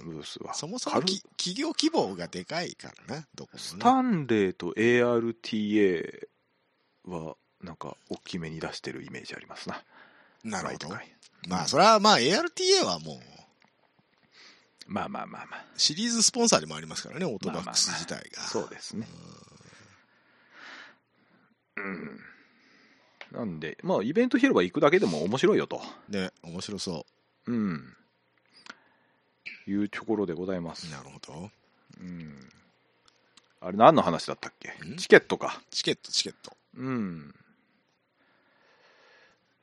うんうん、ブースは。そもそも軽きい企業規模がでかいからな、どこも、ね。スタンレーと ARTA は、なんか、大きめに出してるイメージありますな。なるほど毎。回まあ、それはまあ、ARTA はもう、まあまあまあまあ。シリーズスポンサーでもありますからね、オートバックスまあ自体が。 <laughs> そうですね。うん。なんで、まあ、イベント広場行くだけでも面白いよと。うんね、面白そうん。いうところでございまう。す。なるほど。うん。あれ、何の話だったっけんチケットか。チケット、チケット。うん。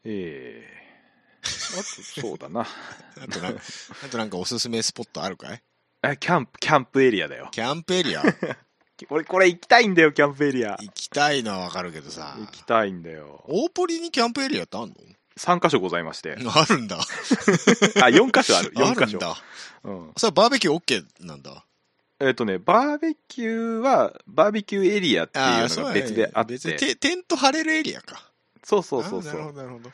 ええあと、そうだな。 <laughs> あとなあ <laughs> となんかおすすめスポットあるかいあキャンプ、キャンプエリアだよ。キャンプエリア俺、これ行きたいんだよ、キャンプエリア。行きたいのはわかるけどさ。 <laughs> 行きたいんだよ。大ポリにキャンプエリアってあんの3箇所ございまして。あるんだ。あ、4箇 <laughs> 所ある。あ4る箇ん所。だ。うん、それはバーベキュー OK なんだ。えっ、とね、バーベキューは、バーベキューエリアっていうのが別であっ別にテて、テント張れるエリアか。そうそうそうそあなるほう。ど、なるほど。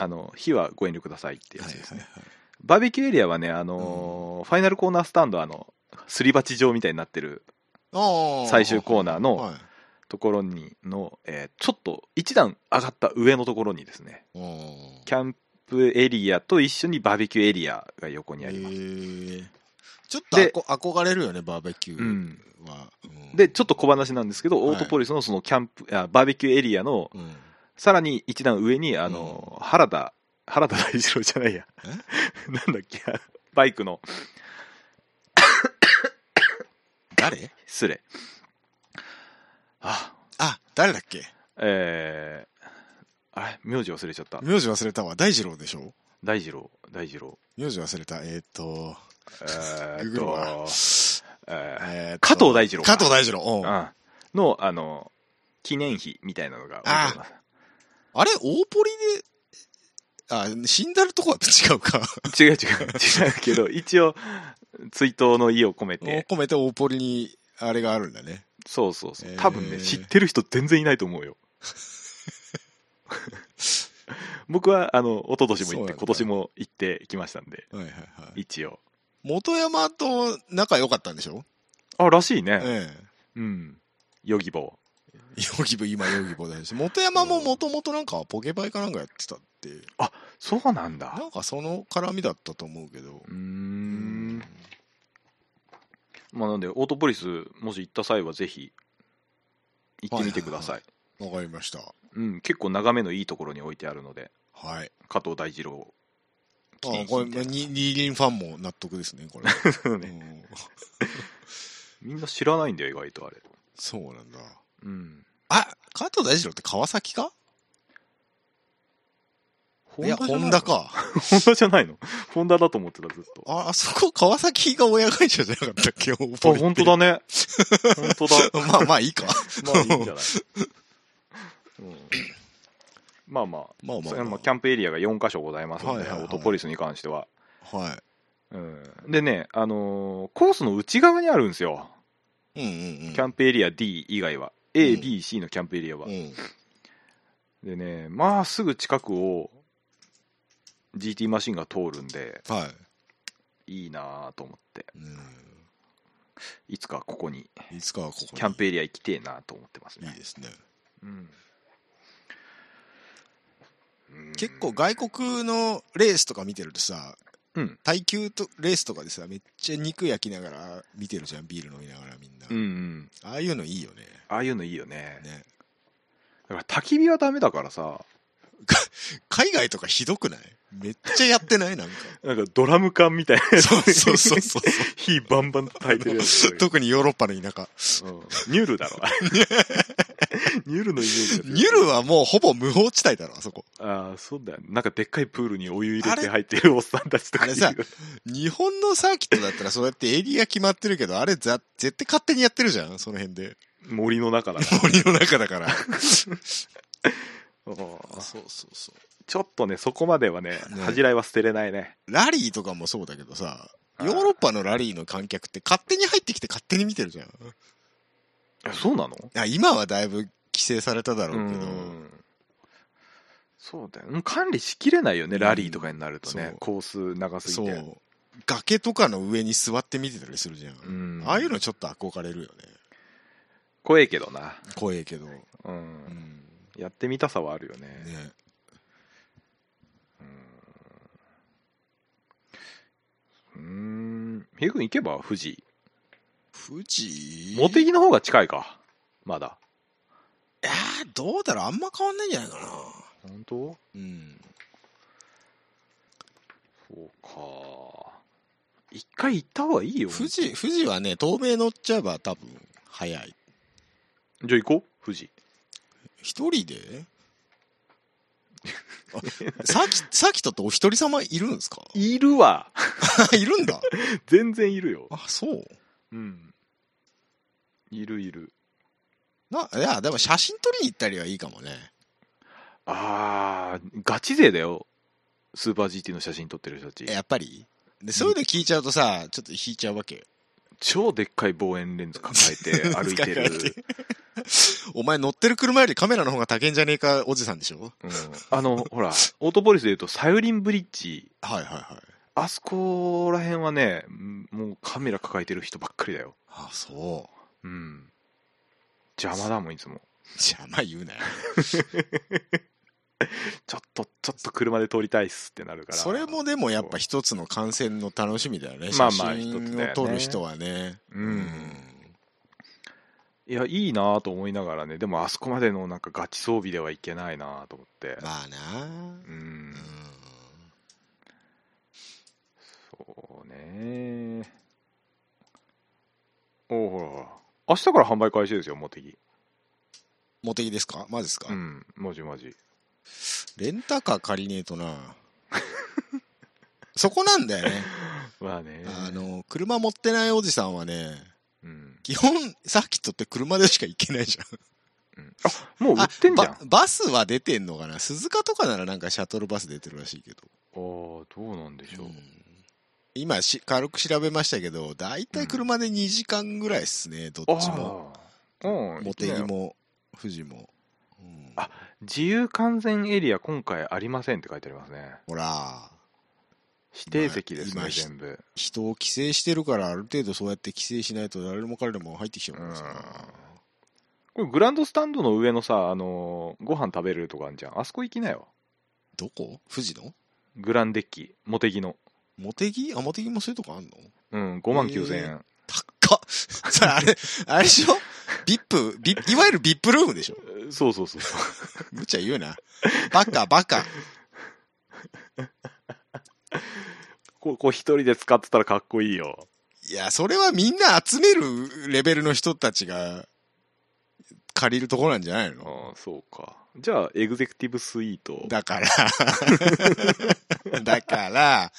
あの、火はご遠慮くださいってやはついですはね。いはい。バーベキューエリアはね、あのーファイナルコーナースタンド、あの、すり鉢状みたいになってるああ。最終コーナーのはい。ところにの、えーちょっと一段上がった上のところにですねおーキャンプエリアと一緒にバーベキューエリアが横にあります、へーちょっでとあこ憧れるよね、バーベキュうーん、は。うんで、ちょっと小話なんですけど、はいオートポリスのそのキャンプあバーベキューエリアのうんさらに一段上にあの、原田原田大二郎じゃないやなんだっけ <laughs> バイクの誰失礼ああ、誰だっけえー、あれ名字忘れちゃった名字忘れたわ。大二郎でしょ大二郎大二郎名字忘れた。えーっと、えグーっグるわと、えーえーっと加藤大二郎加藤大二郎。うんあうん、のあの記念碑みたいなのが置いてありますれ、大ポリで、あ、死んだるとこは違うか。違う違う違うけど一応追悼の意を込めをて込めて大ポリに、あれがあるんだね。そうそうそうえー多分ね、知ってる人全然いないと思うよ <laughs> 僕はあの一昨年もそう行なってんだ今年も行ってきましたんではいはいはい。一応元山と仲良かったんでしょあ、らしいね。ええ。うん。ヨギボヨギボ、今ヨギボだし、元山ももともとなんかポケバイかなんかやってたって、ー。そうなんだな。んかその絡みだったと思うけどうー。。うんまあ、なんで、オートポリス、もし行った際はぜひ、行ってみてください。はわかりました。うん、結構眺めのいいところに置いてあるので、はい。加藤大二郎。あ聞いてこれ、に二輪ファンも納得ですね、これ。ねうんみんな知らないんだよ、意外とあれ。そうなんだ。うん。あ、加藤大二郎って川崎かいや、ホンダダかか。ホンダじゃないのホンダだと思ってた、ずっと。あ、あ、あそこ川崎が親会社じゃなかったっけ本当だね。ね。本当 <laughs> まだ。あまあいいか。 <laughs> まあいいんじ <laughs> ゃない。うん、まあまあ、まあまあそまあれもキャンプエリアが4箇所ございますので、はいはいはいオトポリスに関しては。はうん、でね、あのーコースの内側にあるんですよ。い。うんうんうん。キャンプエリア D 以外は。A、B、C のキャンプエリアは。うん。でね、まあすぐ近くを GT マシンが通るんで、はい。いいなぁと思って、ういつかここに、ん。いつかはここにキャンプエリア行きてえなと思ってますいねい。ですね。うん結構外国のレースとか見てるとさ、うん耐久とレースとかでさめっちゃ肉焼きながら見てるじゃんビール飲みながらみんな、うんうんああいうのいいよねああいうのいいよねねだから焚き火はダメだからさ海外とかひどくないめっちゃやってない <laughs> なんかなんかドラム缶みたいなやつそうそうそうそう <laughs> 火バンバン焚いてるやつ特にヨーロッパの田舎うんニュールだ <laughs> ろあれニュールのイメージが強いニュルはもうほぼ無法地帯だろあそこああそうだよなんかでっかいプールにお湯入れて入ってるおっさんたちとかいるあれ日本のサーキットだったらそうやってエリア決まってるけどあれざ絶対勝手にやってるじゃんその辺で森の中だから森の中だからうん <laughs> そうそうそうちょっとねそこまではねね恥じらいは捨てれないねラリーとかもそうだけどさ、あヨーーロッパのラリーの観客って勝手に入ってきて勝手に見てるじゃん。えそうなのあ今はだいぶ規制されただろうけど、うんそうだよね管理しきれないよね、うんラリーとかになるとねそうコース長すそぎてう、崖とかの上に座って見てたりするじゃん。んああいうのちょっと憧れるよね。怖えけどな、怖えけど。うんうん。やってみたさはあるよねね。うんヒグン行けば富士富士茂木の方が近いかまだいやーどうだろうあんま変わんないんじゃないかな。本当うん。そうか一回行った方がいいよ富士、富士はね、透明乗っちゃえば多分早い。じゃあ行こう富士一人であサーキサーキットってお一人様いるんですかいるわいるんだ。 <laughs> 全然いるよあ、そう。うんいるいるな、いや、でも写真撮りに行ったりはいいかもね。ああガチ勢だよスーパー GT の写真撮ってる人たちやっぱり。で、そういうの聞いちゃうとさ、ちょっと引いちゃうわけよ。超でっかい望遠レンズ抱えて <laughs> 歩いてる、お前乗ってる車よりカメラの方が高いんじゃねえか、おじさんでしょうんあのほらオートポリスでいうとサユリンブリッジはいはいはい。あそこら辺はねんもうカメラ抱えてる人ばっかりだよあ、そうん邪魔だもんいつもう。じゃあ、まあ言うなよ。ちょっとちょっと車で撮りたいっすってなるからそれもでもやっぱ一つの観戦の楽しみだよね。ま写あまあ一つ真だよをね撮る人はね。ううんいやいいなぁと思いながらねでもあそこまでのなんかガチ装備ではいけないなぁと思って、まあなううんん。そうねおおほらほら明日から販売開始ですよ茂木モテギですかマジですか、うんマジマジレンタカー借りねえとな <laughs> そこなん <laughs> だよね、まあねあの車持ってないおじさんはねうん、基本サーキットって車でしか行けないじゃんうんあもう売ってんじゃんあババスは出てんのかな鈴鹿とかならなんかシャトルバス出てるらしいけああどうなんでしょど、う、うん今し軽く調べましたけど大体車で2時間ぐらいっすね、どあっちもあうん茂木いいねも富士も、うんあ自由完全エリア今回ありませんって書いてありますねほら指定席ですまあ、ね今全部。人を規制してるから、ある程度そうやって規制しないと、誰でも彼でも入ってきちゃううからんさ。これグランドスタンドの上のさ、あのーご飯食べるとこあんじゃん。あそこ行きなよ。どこ富士のグランデッキ、茂木の。茂木あ、茂木もそういうとこあんのうん、5万9000円。高っ <laughs> それあれ、あれでしょビップ、ビいわゆるビップルームでしょそうそうそうそう。無茶言うな。バカ、バカ。ここう一人で使ってたらかっこいいよ。いや、それはみんな集めるレベルの人たちが借りるとこなんじゃないのああ、そうか。じゃあ、エグゼクティブスイート。だから、 <laughs> だから、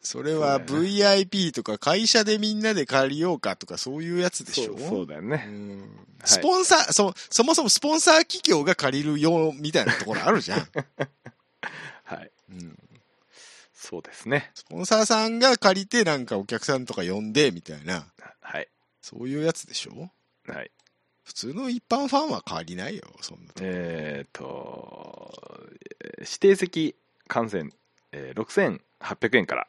それはそうだよ VIP とか会社でみんなで借りようかとかそういうやつでしょそうそうだようね。んいスポンサー、そ、そもそもスポンサー企業が借りるよみたいなところあるじゃ <laughs> ん。はい。うんそうですね。スポンサーさんが借りてなんかお客さんとか呼んでみたいな、はい。そういうやつでしょはい。普通の一般ファンは借りないよ、そんなとこ。えっ、と、えー指定席観戦、えー、6800円から。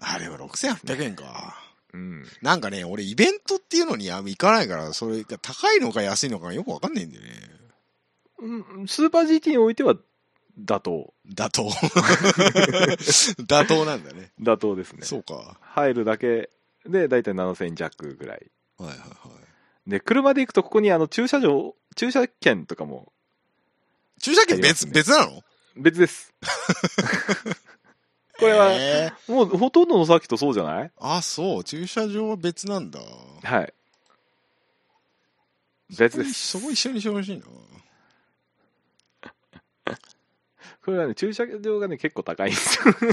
あれは6800円か。うん。なんかね、俺イベントっていうのにあんま行かないから、それが高いのか安いのかよくわかんないんだよね。うんスーパー GT においては妥当。妥 <laughs> 当。妥当なんだね。妥当ですね。そうか。は入るだけで、だいたい7000弱ぐらい。いはいはい。で、車で行くと、ここにあの駐車場、駐車券とかも駐車券別、ありますね別なの <laughs> 別です。これはへーもうほとんどのさっきとそうじゃないあ、そう。駐車場は別なんだ。はい。別です。そこ一緒にしてほ <laughs> しいな。これはね、駐車場がね、結構高いんですよ。 <laughs>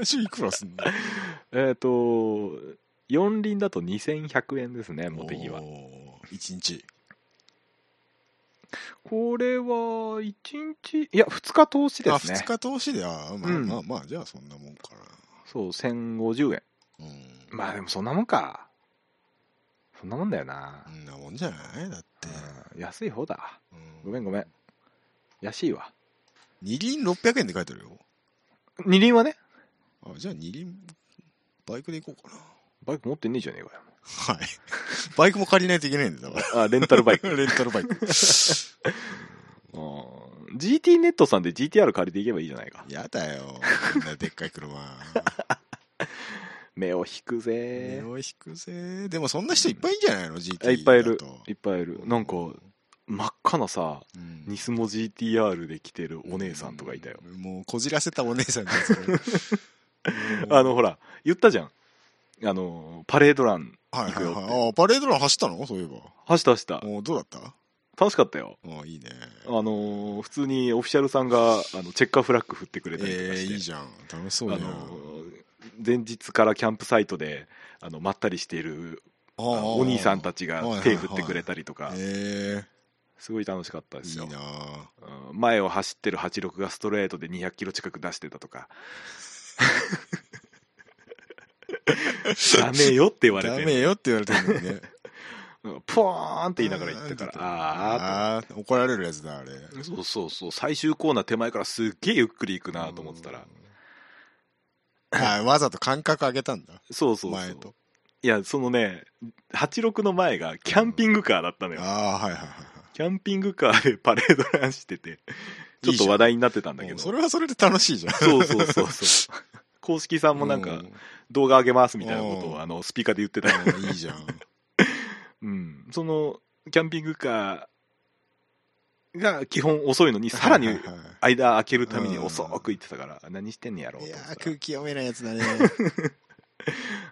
駐車場いくらすんのえっと、四輪だと2100円ですね、茂木は。おー一日。これは、1日、いや、2日通しですあ、ね。二日通しで、あまあ、うんまあまあ、じゃあそんなもんかそう、1050円。な。うん。まあでもそんなもんか。そんなもんだよなそ。んなもんじゃないだって。うん安い方だ。ごめん。んごめん。安いわ。二輪600円で書いてあるよ。二輪はね、あ、じゃあ二輪、バイクで行こうかバイク持ってねえじゃねえかよ。な。はい。 <laughs> バイクも借りないといけないんだよだかあ、レンタルバイク。 <laughs> ら。 <laughs> レンタルバイク。うん GT ネットさんで GTR 借りていけばいいじゃないか。やだよ。こんなでっかい <laughs> 車。目を引く目ぜ。を引くぜ。でもそんな人いっぱいいんじゃないの ?GT だあと。いっぱいいる。いっぱいいる。なんか、真っ赤なさ、うんニスモ GTR で来てるお姉さんとかいたよ。うん。もうこじらせたお姉さんですようん <laughs> あの、ほら、言ったじゃん。あの、パレードラン、はいはい行くよっはい。あパレードラン走ったのそういえば。走った走った。もうどうだった楽しかったよ。あいいね。あの、普通にオフィシャルさんが、あの、チェッカーフラッグ振ってくれたりとかえして。ー、いいじゃん。楽しそうあじゃん。の、前日からキャンプサイトで、あの、まったりしている、ああのお兄さんたちちがはいはいはい手振ってくれたりとか、えすごい楽しかったでー、すいよい。なあうん前を走ってる86がストレートで200キロ近く出してたとかダメよって言われダてメよって言われてるのにね。うんポーンって言いながら言ってたから <laughs> ああー怒られるやつだ、あれ。あそうそうそう最終コーナー手前からすっげえゆっくり行くなと思ってたらうん。あーわざと間隔上げたんだ。そうそうそ前うと。いやそのね86の前がキャンピングカーだったのよああ、はいはいはいはい。キャンピングカーでパレードランしててちょっと話題になってたんだけうんどそれはそれで楽しいじゃん。そうそうそう <laughs> そう公式さんもなんか動画上げますみたいなことうんをあのスピーカーで言ってたうん、いい <laughs> じゃん。うん、そのキャンピングカーが基本遅いのにさらにはいはいはい間開けるためにうん遅く行ってたから何してんねやろういとや思っーてた空気読めないやつだね。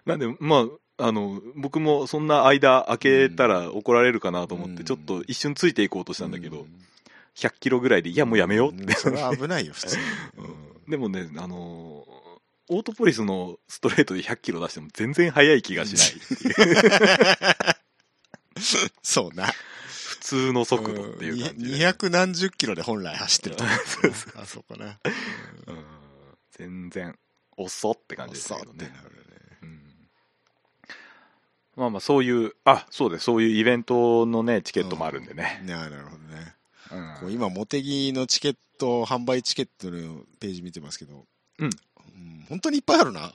なんでまああの僕もそんな間開けたら怒られるかなと思っうてんちょっと一瞬ついていこうとしたんだけど、う100キロぐらいでいやもうやめようって、んそれは危ないよ、普通に。うんでもねあのーオートポリスのストレートで100キロ出しても全然速い気が <laughs> しないっていうそうな。普通の速度っていう感じで、二百何十キロで本来走ってると思う。あそこな。うん全然遅って感じですそうけっどてねなるね。うんまあまあそういうあそうですそういうイベントのねチケットもあるんでね、なあなるほどね。うんこう今、茂木のチケット、販売チケットのページ見てますけど、うんん本当にいっぱいあるな。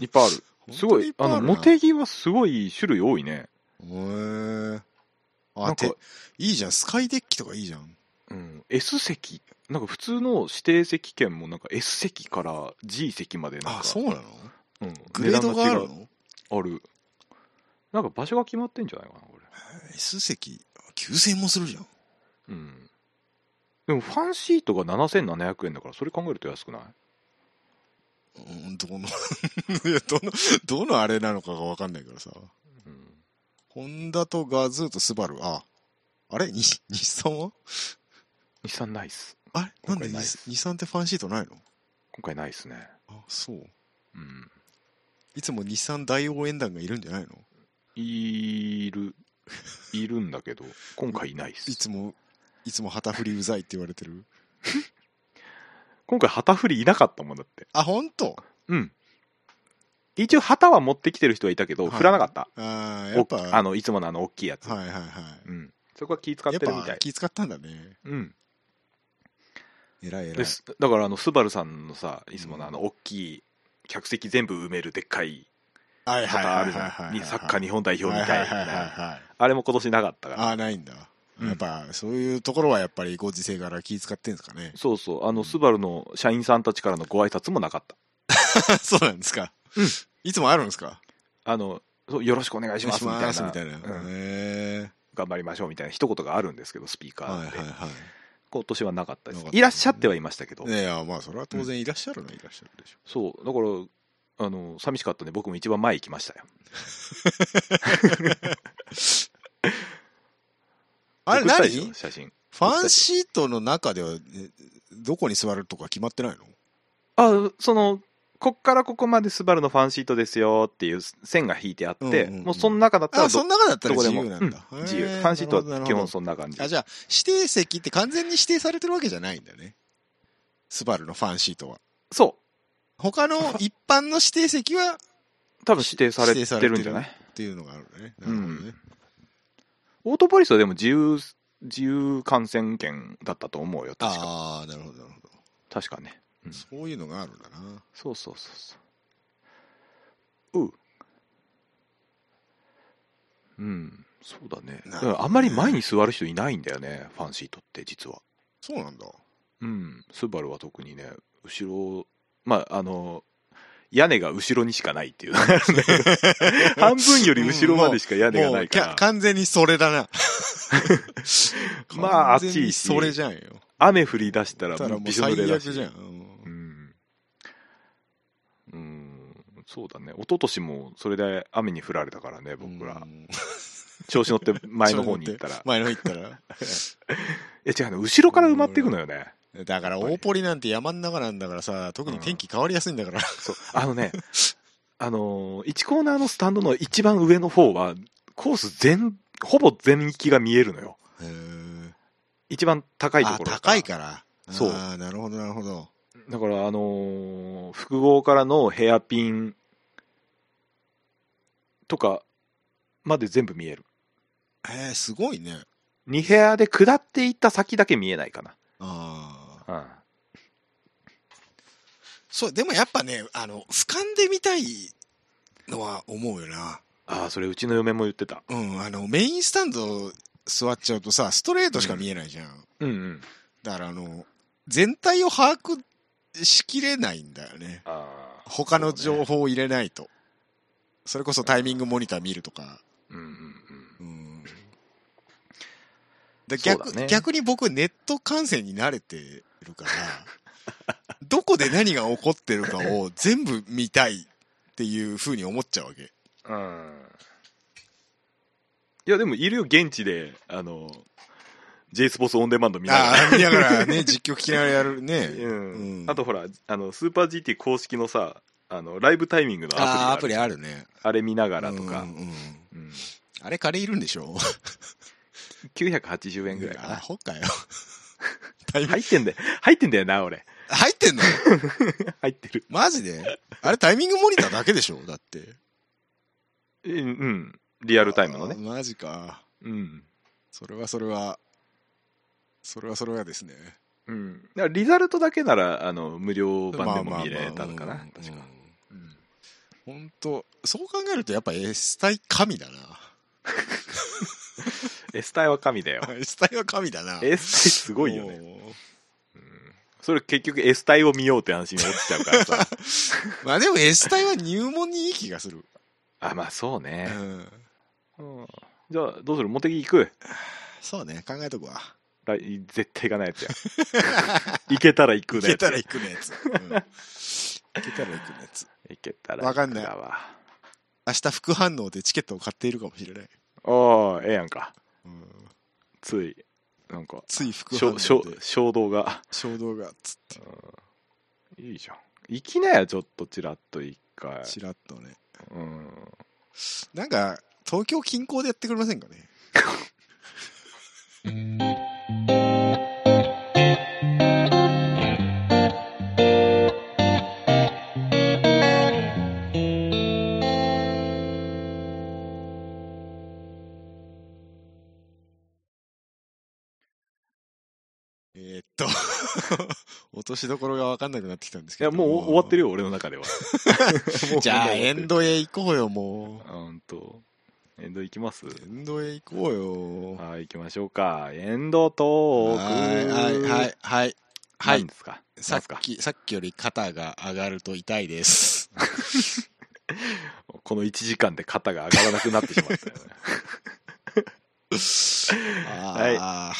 いっぱいある。すごい、あの、モ茂テ木はすごい種類多いね。へーなあんかて、いいじゃん、スカイデッキとかいいじゃん。うん、S 席、なんか普通の指定席券もなんか S 席から G 席までなんか、あ、そうなのうん、グレードがある値段のが違うある。なんか場所が決まってんじゃないかな、こ ?S 席、9000円もするじゃん。れ。うん。でもファンシートが7700円だから、それ考えると安くないうん、どの <laughs> いや、どの、どのあれなのかがわかんないからさ。うん。ホンダとガズーとスバル、あ、あれに日産は日産ないっす。あれなんで今回日ないっす日産ってファンシートないの今回ないっすね。あ、そう。うん。いつも日産大応援団がいるんじゃないのいる、いるんだけど、今回いないっいす。つも、いつも旗振りうざいって言われてる。今回旗振りいなかったもんだって。あ、ほんとうん。一応旗は持ってきてる人はいたけど、はい振らなかった。あーやっぱ、おはいあのいつものあの大きいやつ、はいはい。うん、そこは気使ってるみたやっぱい、気使ったんだね。うん、偉い偉でい。すだからあのスバルさんのさいつものあの大きい客席全部埋めるでっかいはいはい旗あはいるじはいゃはんい。にサッカーに日本代表みはたいいはいはいなはい。あれも今年なかったからあーないんだ。うん。やっぱ、そういうところはやっぱりご時世から気使ってんですかねそうそうあのスバルの社員さんたちからのご挨拶もなかっ <laughs> たそうなんですか。いつもあるんですかあのそうよろしくお願いしますみたいなみたいな。うんへ頑張りましょうみたいな一言があるんですけどスピーカーーはいで、はいは今年はなかったですなかったいらっしゃってはいましたけど、い。いや、まあ、それは当然いらっしゃるのはいらっしゃるでしょそうだからあの寂しかったね僕も一番前行きましたよう。あれ送った何でしょフ写真ァンシートの中では、えどこに座るとか決まってないのあそのこっからここまでスバルのファンシートですよっていう線が引いてあって、うんうんうんもうその中だったらあ、どその中だったらどこで自も由なんだ。うへん自由ーファンシーなトるはほどなる基ほど本そんな感じあ、じゃあ、指定席って完全に指定されてるわけじゃないんだね。スバルのファンシートは。そ他 <laughs> の一般の指定席はう多分指定されてるんじゃな指定されいっていうのがあるんだね。なるほどね。オートポリスはでも自由自由観戦権だったと思うよ確かああ、なるほど、なるほど。確かねうんそういうのがあるんだな。そうそうそうそうううんそうだねなるほどねうんあんまり前に座る人いないんだよねファンシートって実はそうなんだ。うん、スバルは特にね、後ろ、まあ、あの、屋根が後ろにしかないっ <laughs> ていう。半分より後ろまでしか屋根がもなういきかゃら、。完全にそれだな <laughs> まあ完全にそれじゃんよ。雨降り出しただらかもらうもびうしょ濡最れだ悪し。じゃん。うん。うん、そうだね。一昨年もそれで雨に降られたからね、うん僕らう。ん調子乗って前の方に行 <laughs> ったら。前の方行ったら。え、違うね。後ろから埋まっていくのよね。だから <laughs> 大ポリなんて山ん中なんだからさ、特に天気変わりやすいんだから。そう。あのね、あのー、1コーナーのスタンドの一番上の方は、コース全、ほぼ全域が見えるのよ。へー一番高いとあこ、ろ高いから。そうあーなるほど、なるほど。だからあのー複合からのヘアピンとかまで全部見えるえー、すごいね。 2部屋で下っていった先だけ見えないかな、ああ。うん、そう、でもやっぱね、あの、俯瞰で見たいのは思うよな。ああそれうちの嫁も言ってたうん、あの、メインスタンド座っちゃうとさ、ストレートしか見えないじゃん。うんうんだからあの、全体を把握しきれないんだよね。ああ他のそう情ね報を入れないと。そ,、れこそタイミングモニター見るとか。うんうんうんうん。でそうだ逆ね逆に僕、ネット観戦に慣れてるから、どこで何が起こってるかを全部見たいっていうふうに思っちゃうわけ。うんいやでもいるよ現地であの J スポーツオンデマンド見ながらああ、見ながらね、実況聞きながらやるね。うんうんあとほらあのスーパー GT 公式のさあのライブタイミングのああ、アアププリリ <laughs> があるあるね。あれ見ながらとかうん、うんうんうんあれ、金いるんでしょ980円ぐらいかアなホかよ。タイミング入ってんだよ入ってんだよな俺入ってんの入ってるマジであれ、タイミングモニターだけでしょだって。うんうんリアルタイムのねあーマジか。うんそれはそれは、それはそれはですね。うん、だからリザルトだけならあの無料まあ版でまあもまあ見れたのかな、うん確か、うん本当そう考えるとやっぱ S 体神だな。 S 体は神 <laughs> だよ S 体は神だな。 S 体すごいよね、ね。うん、それ結局 S 体を見ようって話に落ちちゃうか <laughs> らさまあでも S 体は入門にいい気がする。あまあそううね、ん。うんじゃあどうする茂木行くそうね、考えとくわ。来絶対行かない <laughs> やつや行けたら行くいねけたら行くのやつ。うんいけたら行くのやつ。行けたらわかんない行くだわ明日副反応でチケットを買っているかもしれない。おおええやんかうんついなんかつい副し反ょしょ応で衝動が衝動がつって、いいじゃん行きなやちょっとちらっと一回ちらっとね。うんなんか、東京近郊でやってくれませんかねえーっと、 <laughs> 落としどころが分かんなくなってきたんですいけやど。もう終わってるよ俺の中ではも <laughs> うじゃあ、終わってるエンドへ行こうよ、もうんとエンド行きますう。エンドへ行こうよ。はい行きましょうかエンドトークはい、はい、はい、はい。は何い、ですかさ何っですかき、さっきより肩が上がると痛い <laughs> です。この1時間で肩が上がらなくなってしまった <laughs> よねあ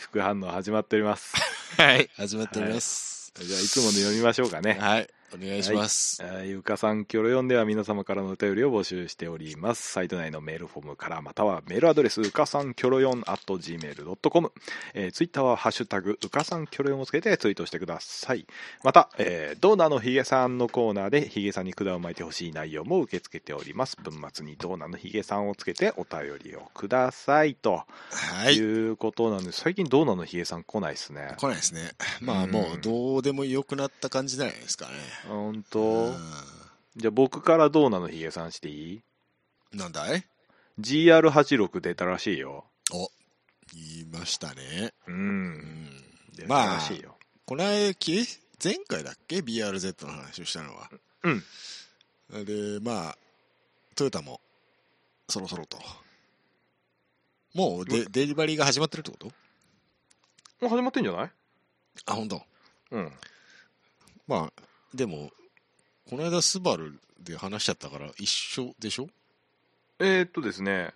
副反応始まっておりますーはい、始まっております。じゃあいつもの読みましょうかねはい、お願いします。えーゆかさん、キョロヨンでは皆様からのお便りを募集しております。サイト内のメールフォームから、またはメールアドレス、うかさんキョロヨン at gmail.com、えー、ツイッターはハッシュタグ、うかさんキョロヨンをつけてツイートしてください。また、えードーナーのひげさんのコーナーで、ひげさんに管を巻いてほしい内容も受け付けております。文末にドーナーのひげさんをつけてお便りをください。とはいい。うことなんです、最近ドーナーのひげさん来ないですね。来ないですね。まあ、うんもう、どうでもよくなった感じじゃないですかね。本う当ん。じゃあ僕からドーナーのひげさんしていいなんだい GR86 出たらしいよ。言いましたね。う。うんん。出たまあらしいよ。この間き前回だっけ BRZ の話をしたのはうんでまあトヨタもそろそろともうでデリバリーが始まってるってこともう始まってんじゃないあ本当。うん。まあでもこの間スバルで話しちゃったから一緒でしょえーっとですね、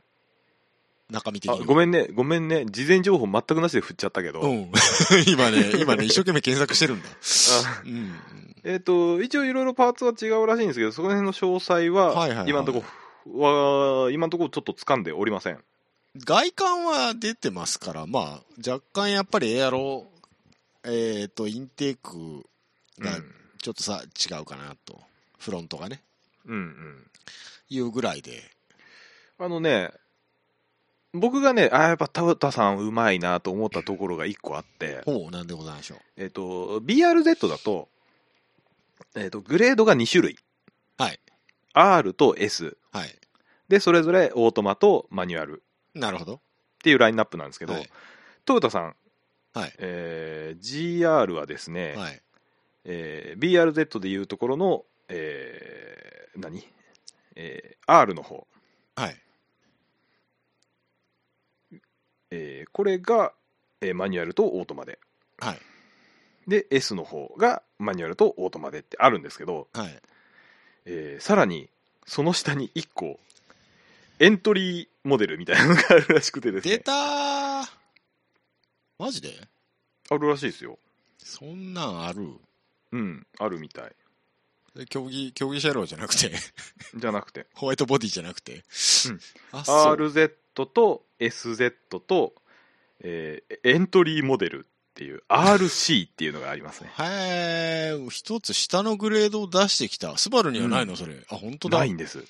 中身的あにごんめんね、ごめんね、事前情報全くなしで振っちゃったけど、うん <laughs> 今ね今ね一生懸命検索してるんだあうん <laughs> えーっと、一応いろいろパーツは違うらしいんですけど、その辺の詳は細いはいは、はい今のとこは、今のところちょっと掴んでおりません。外観は出てますから、まあ、若干やっぱりエアロ、えっ、と、インテークうん。がちょっとさ、違うかなと、フロントがね、うんうん。いうぐらいで、あのね、僕がね、あーやっぱ田畑さんうまいなと思ったところが一個あって、ほぼなんでございましょう。えっと、BRZ だと、えっと、グレードが2種類。はい。 R と S。はい。で、それぞれオートマとマニュアルっなるほど。ていうラインナップなんですけど、はい。トヨタさん、はい。えー GR はですね、はい。えー BRZ でいうところの、えー何、えー ?R の方。はい。えーこれが、えーマニュアルとオートマで。はい。で、S の方がマニュアルとオートマでってあるんですけど、はい。えーさらにその下に1個エントリーモデルみたいなのがあるらしくてです出ねたーマジであるらしいですよそんなんあるうんあるみたい競技、競技車両じゃなくて、 <laughs> じゃなくてホワイトボディじゃなくて。うんあ、そう。 RZ と SZ と、えーエントリーモデルっていう RC っていうのがありますねへえ、一つ下のグレードを出してきた。スバルにはないの、それ。あ、本当だ。ないんです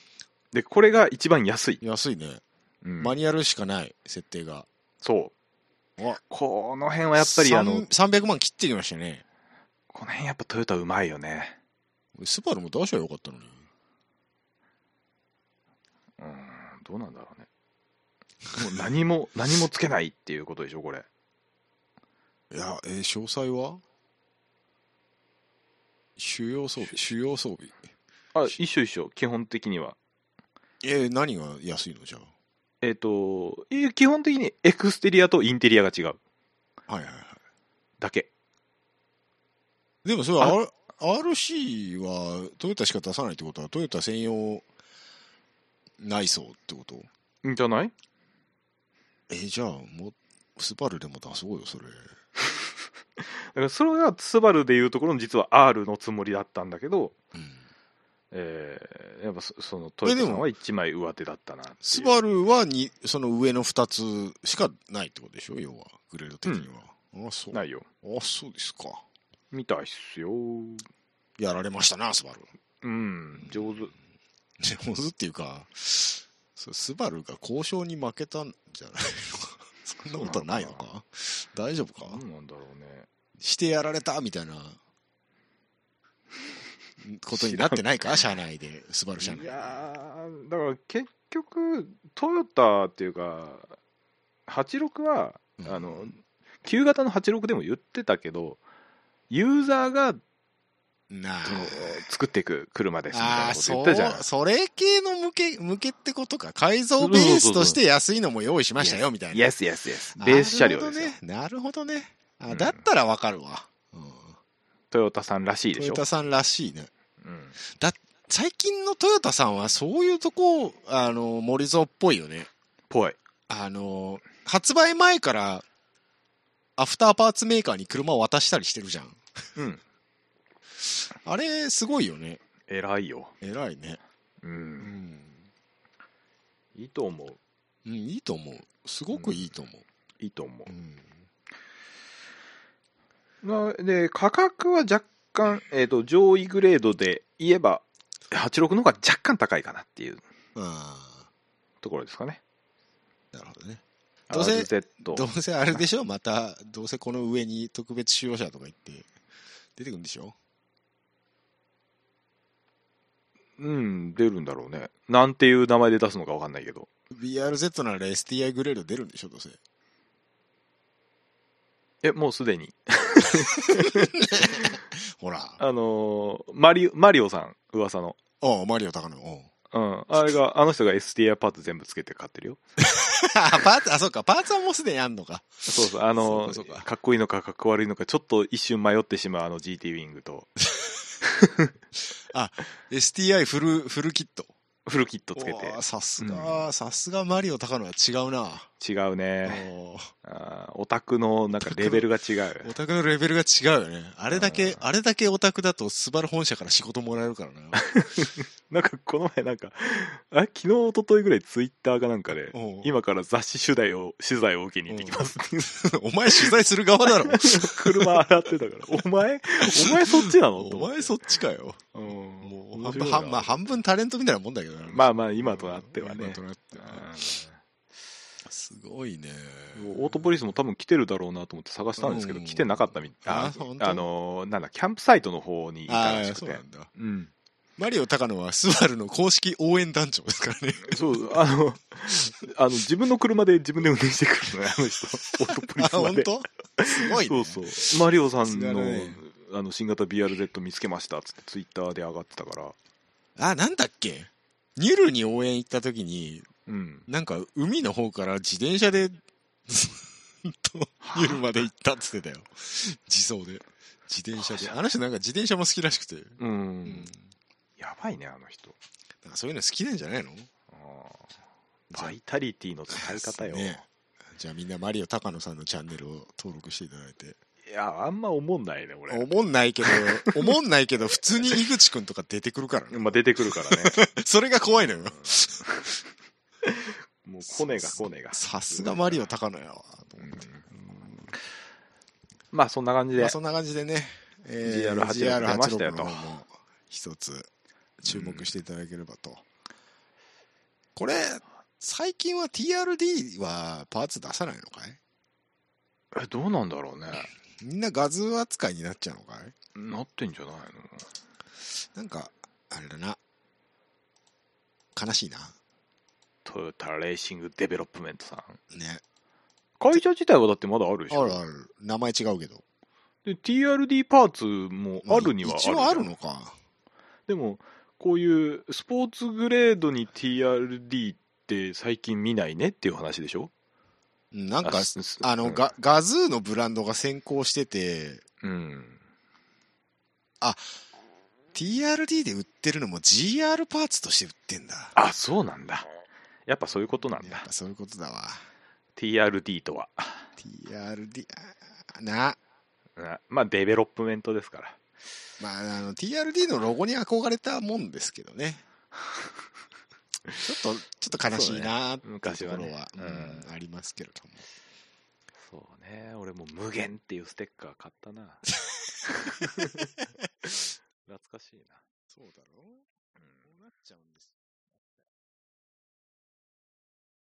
でこれが一番安い、安いね。うんマニュアルしかない、設定が。そうわこの辺はやっぱりあの三300万切ってきましたね。この辺やっぱトヨタうまいよねスバルも出しはよかったのに。うんどうなんだろうねもう何も何もつけないっていうことでしょこれいや、えー詳細は主要装備、主要装備。あ一緒一緒基本的にはえー何が安いのじゃえっ、といや基本的にエクステリアとインテリアが違うあ。はいはいはだけい。でもそれは R- RC はトヨタしか出さないってことは、トヨタ専用内装ってことんじゃないえーじゃあ、もう、スバルでも出そうよ、それ。だからそれがスバルでいうところの実は R のつもりだったんだけど、うんえーやっぱそそのトヨタさんは一枚上手だったなっていうスバルはにその上の2つしかないってことでしょ要はグレード的には、あそうないよあそうですかみたいっすよやられましたなスバル <laughs> うん上手上手っていうかそうスバルが交渉に負けたんじゃないの <laughs> かそんなことはないのそうか大丈夫か、何なんだろうねしてやられたみたいなことになってないか社内でスバル社内いでやーだから結局トヨタっていうか86は、うんあの旧型の86でも言ってたけどユーザーがなあその作っていく車ですみたいあなあこー、とそ言ったじゃんう、それ系の向け、向けってことか。改造ベースとして安いのも用意しましたよ、みたいイな。エスイエスイエスベース車両ですよ、なるほどね。なるほどね。うあ、んだったらわかるわ。うんトヨタさんらしいでトしヨょタさんらしいね。うん最近のトヨタさんはそういうとこ、あの、森蔵っぽいよね。ぽいあの、発売前から、アフターパーツメーカーに車を渡したりしてるじゃん。うんあれ、すごいよね。偉いよ偉いね。ううんん。いいと思ううん、いいと思う。すごくいいと思いいとう。思うん。うなで価格は若干、えー、と上位グレードで言えば86の方が若干高いかなっていうああ。ところですかねなるほどね。どうせ RZ どうせあれでしょまた、どうせこの上に特別使用者とか言って、出てくるんでしょうん出るんだろうねなんていう名前で出すのか分かんないけど ?BRZ なら STI グレード出るんでしょどうせ。えもうすでにほら。ああのーマリマリオさん噂のあ、マリオ高野。おう <laughs> うんあれがあの人が STI パーツ全部つけて買ってるよあパーツ、あ、そうか、パーツはもうすでにあんのか。そうそう、あのそうかそうかかっこいいのかかっこ悪いのか、ちょっと一瞬迷ってしまうあの GT ウィン <laughs> グと、 STI フル、フルキット。フルキットつけおうさすうが、さすがマリオ高野は違うな。て、違うね、おうあーオタクのなんかレベルが違オ <laughs> う、タクのレベルが違うよね。あれだけ、あれだけオタクだと、スバル本社から仕事もらえるからな。なんかこの前、なんか、あれ昨日一昨日ぐらい、ツイッターかなんかで、おう <laughs> 今から雑誌取材を取材を受けに行ってきます、 <laughs> お前取材する側だろ。 <laughs> 車洗ってたから、お前、お前そっちなのとお思前そっちかよ。うん、もう面半白分い半、なまあ、半分タレントみたいなもんだけどなまあまあ、今となっては今ねと。なってはあーすごいね。オートポリスも多分来てるだろうなと思って探したんですけど、うん来てなかったみたいあ本当あのーなんだキャンプサイトの方に行ったあらしあ、くそうてなんだ。うんマリオ高野はスバルの公式応援団長ですから <laughs> ね。そうあのあの自分の車で自分で運転してくるのね <laughs> あの人オートポリあ、スま本で当すごいね。そうそうマリオささんすの,、がだねあの新型 BRZ 見つけましたっつってツイッターで上がってたからあ、なんだっけニュルに応援行った時に、うんなんか海の方から自転車で、 <laughs> ずっとニュルまで行ったっつってたよ。自走で。自転車で。あの人なんか自転車も好きらしくて。うん、うん。やばいねあの人なんかそういうの好きなんじゃないのあーバイタリティの使い方よ、ねじゃあみんなマリオ高野さんのチャンネルを登録していただいて。いやあんま思んないね俺おもんないけど、お <laughs> もんないけど、普通に井口くんとか出てくるからね。まあ出てくるからねそれが怖いのよ。 <laughs> もうコネがコネが。さすがマリオ高野やわ。とう思んってまあそんな感じまであ、そんな感じでね、え GR86 出ましたよ GR86 との方も一つ注目していただければと。これ、最近は TRD はパーツ出さないのかいえどうなんだろうね。みんな画像扱いになっちゃうのかいなってんじゃないのなんか、あれだな。悲しいな。トヨタレーシングデベロップメントさん。ね。会社自体はだってまだあるでしあょるある。名前違うけど。で TRD パーツもあるにはある一応あるのか。でもこういうスポーツグレードに TRD って最近見ないねっていう話でしょうんなんかあ、すすあの、うんガガズーのブランドが先行してて、うん、 TRD で売ってるのも GR パーツとして売ってんだ。あそうなんだやっぱそういうことなんやっだぱそういうことだわ。 TRD とは TRD、あな。なまあデベロップメントですからまあ、あの、TRD のロゴに憧れたもんですけど <laughs> ね。ちょっと、ちょっと悲しいなーっていう昔とこはろねは、うんうんありますけれども。そうね俺も無限っていうステッカー買ったな <laughs> 懐かしそういなだろうこうなっちゃうんです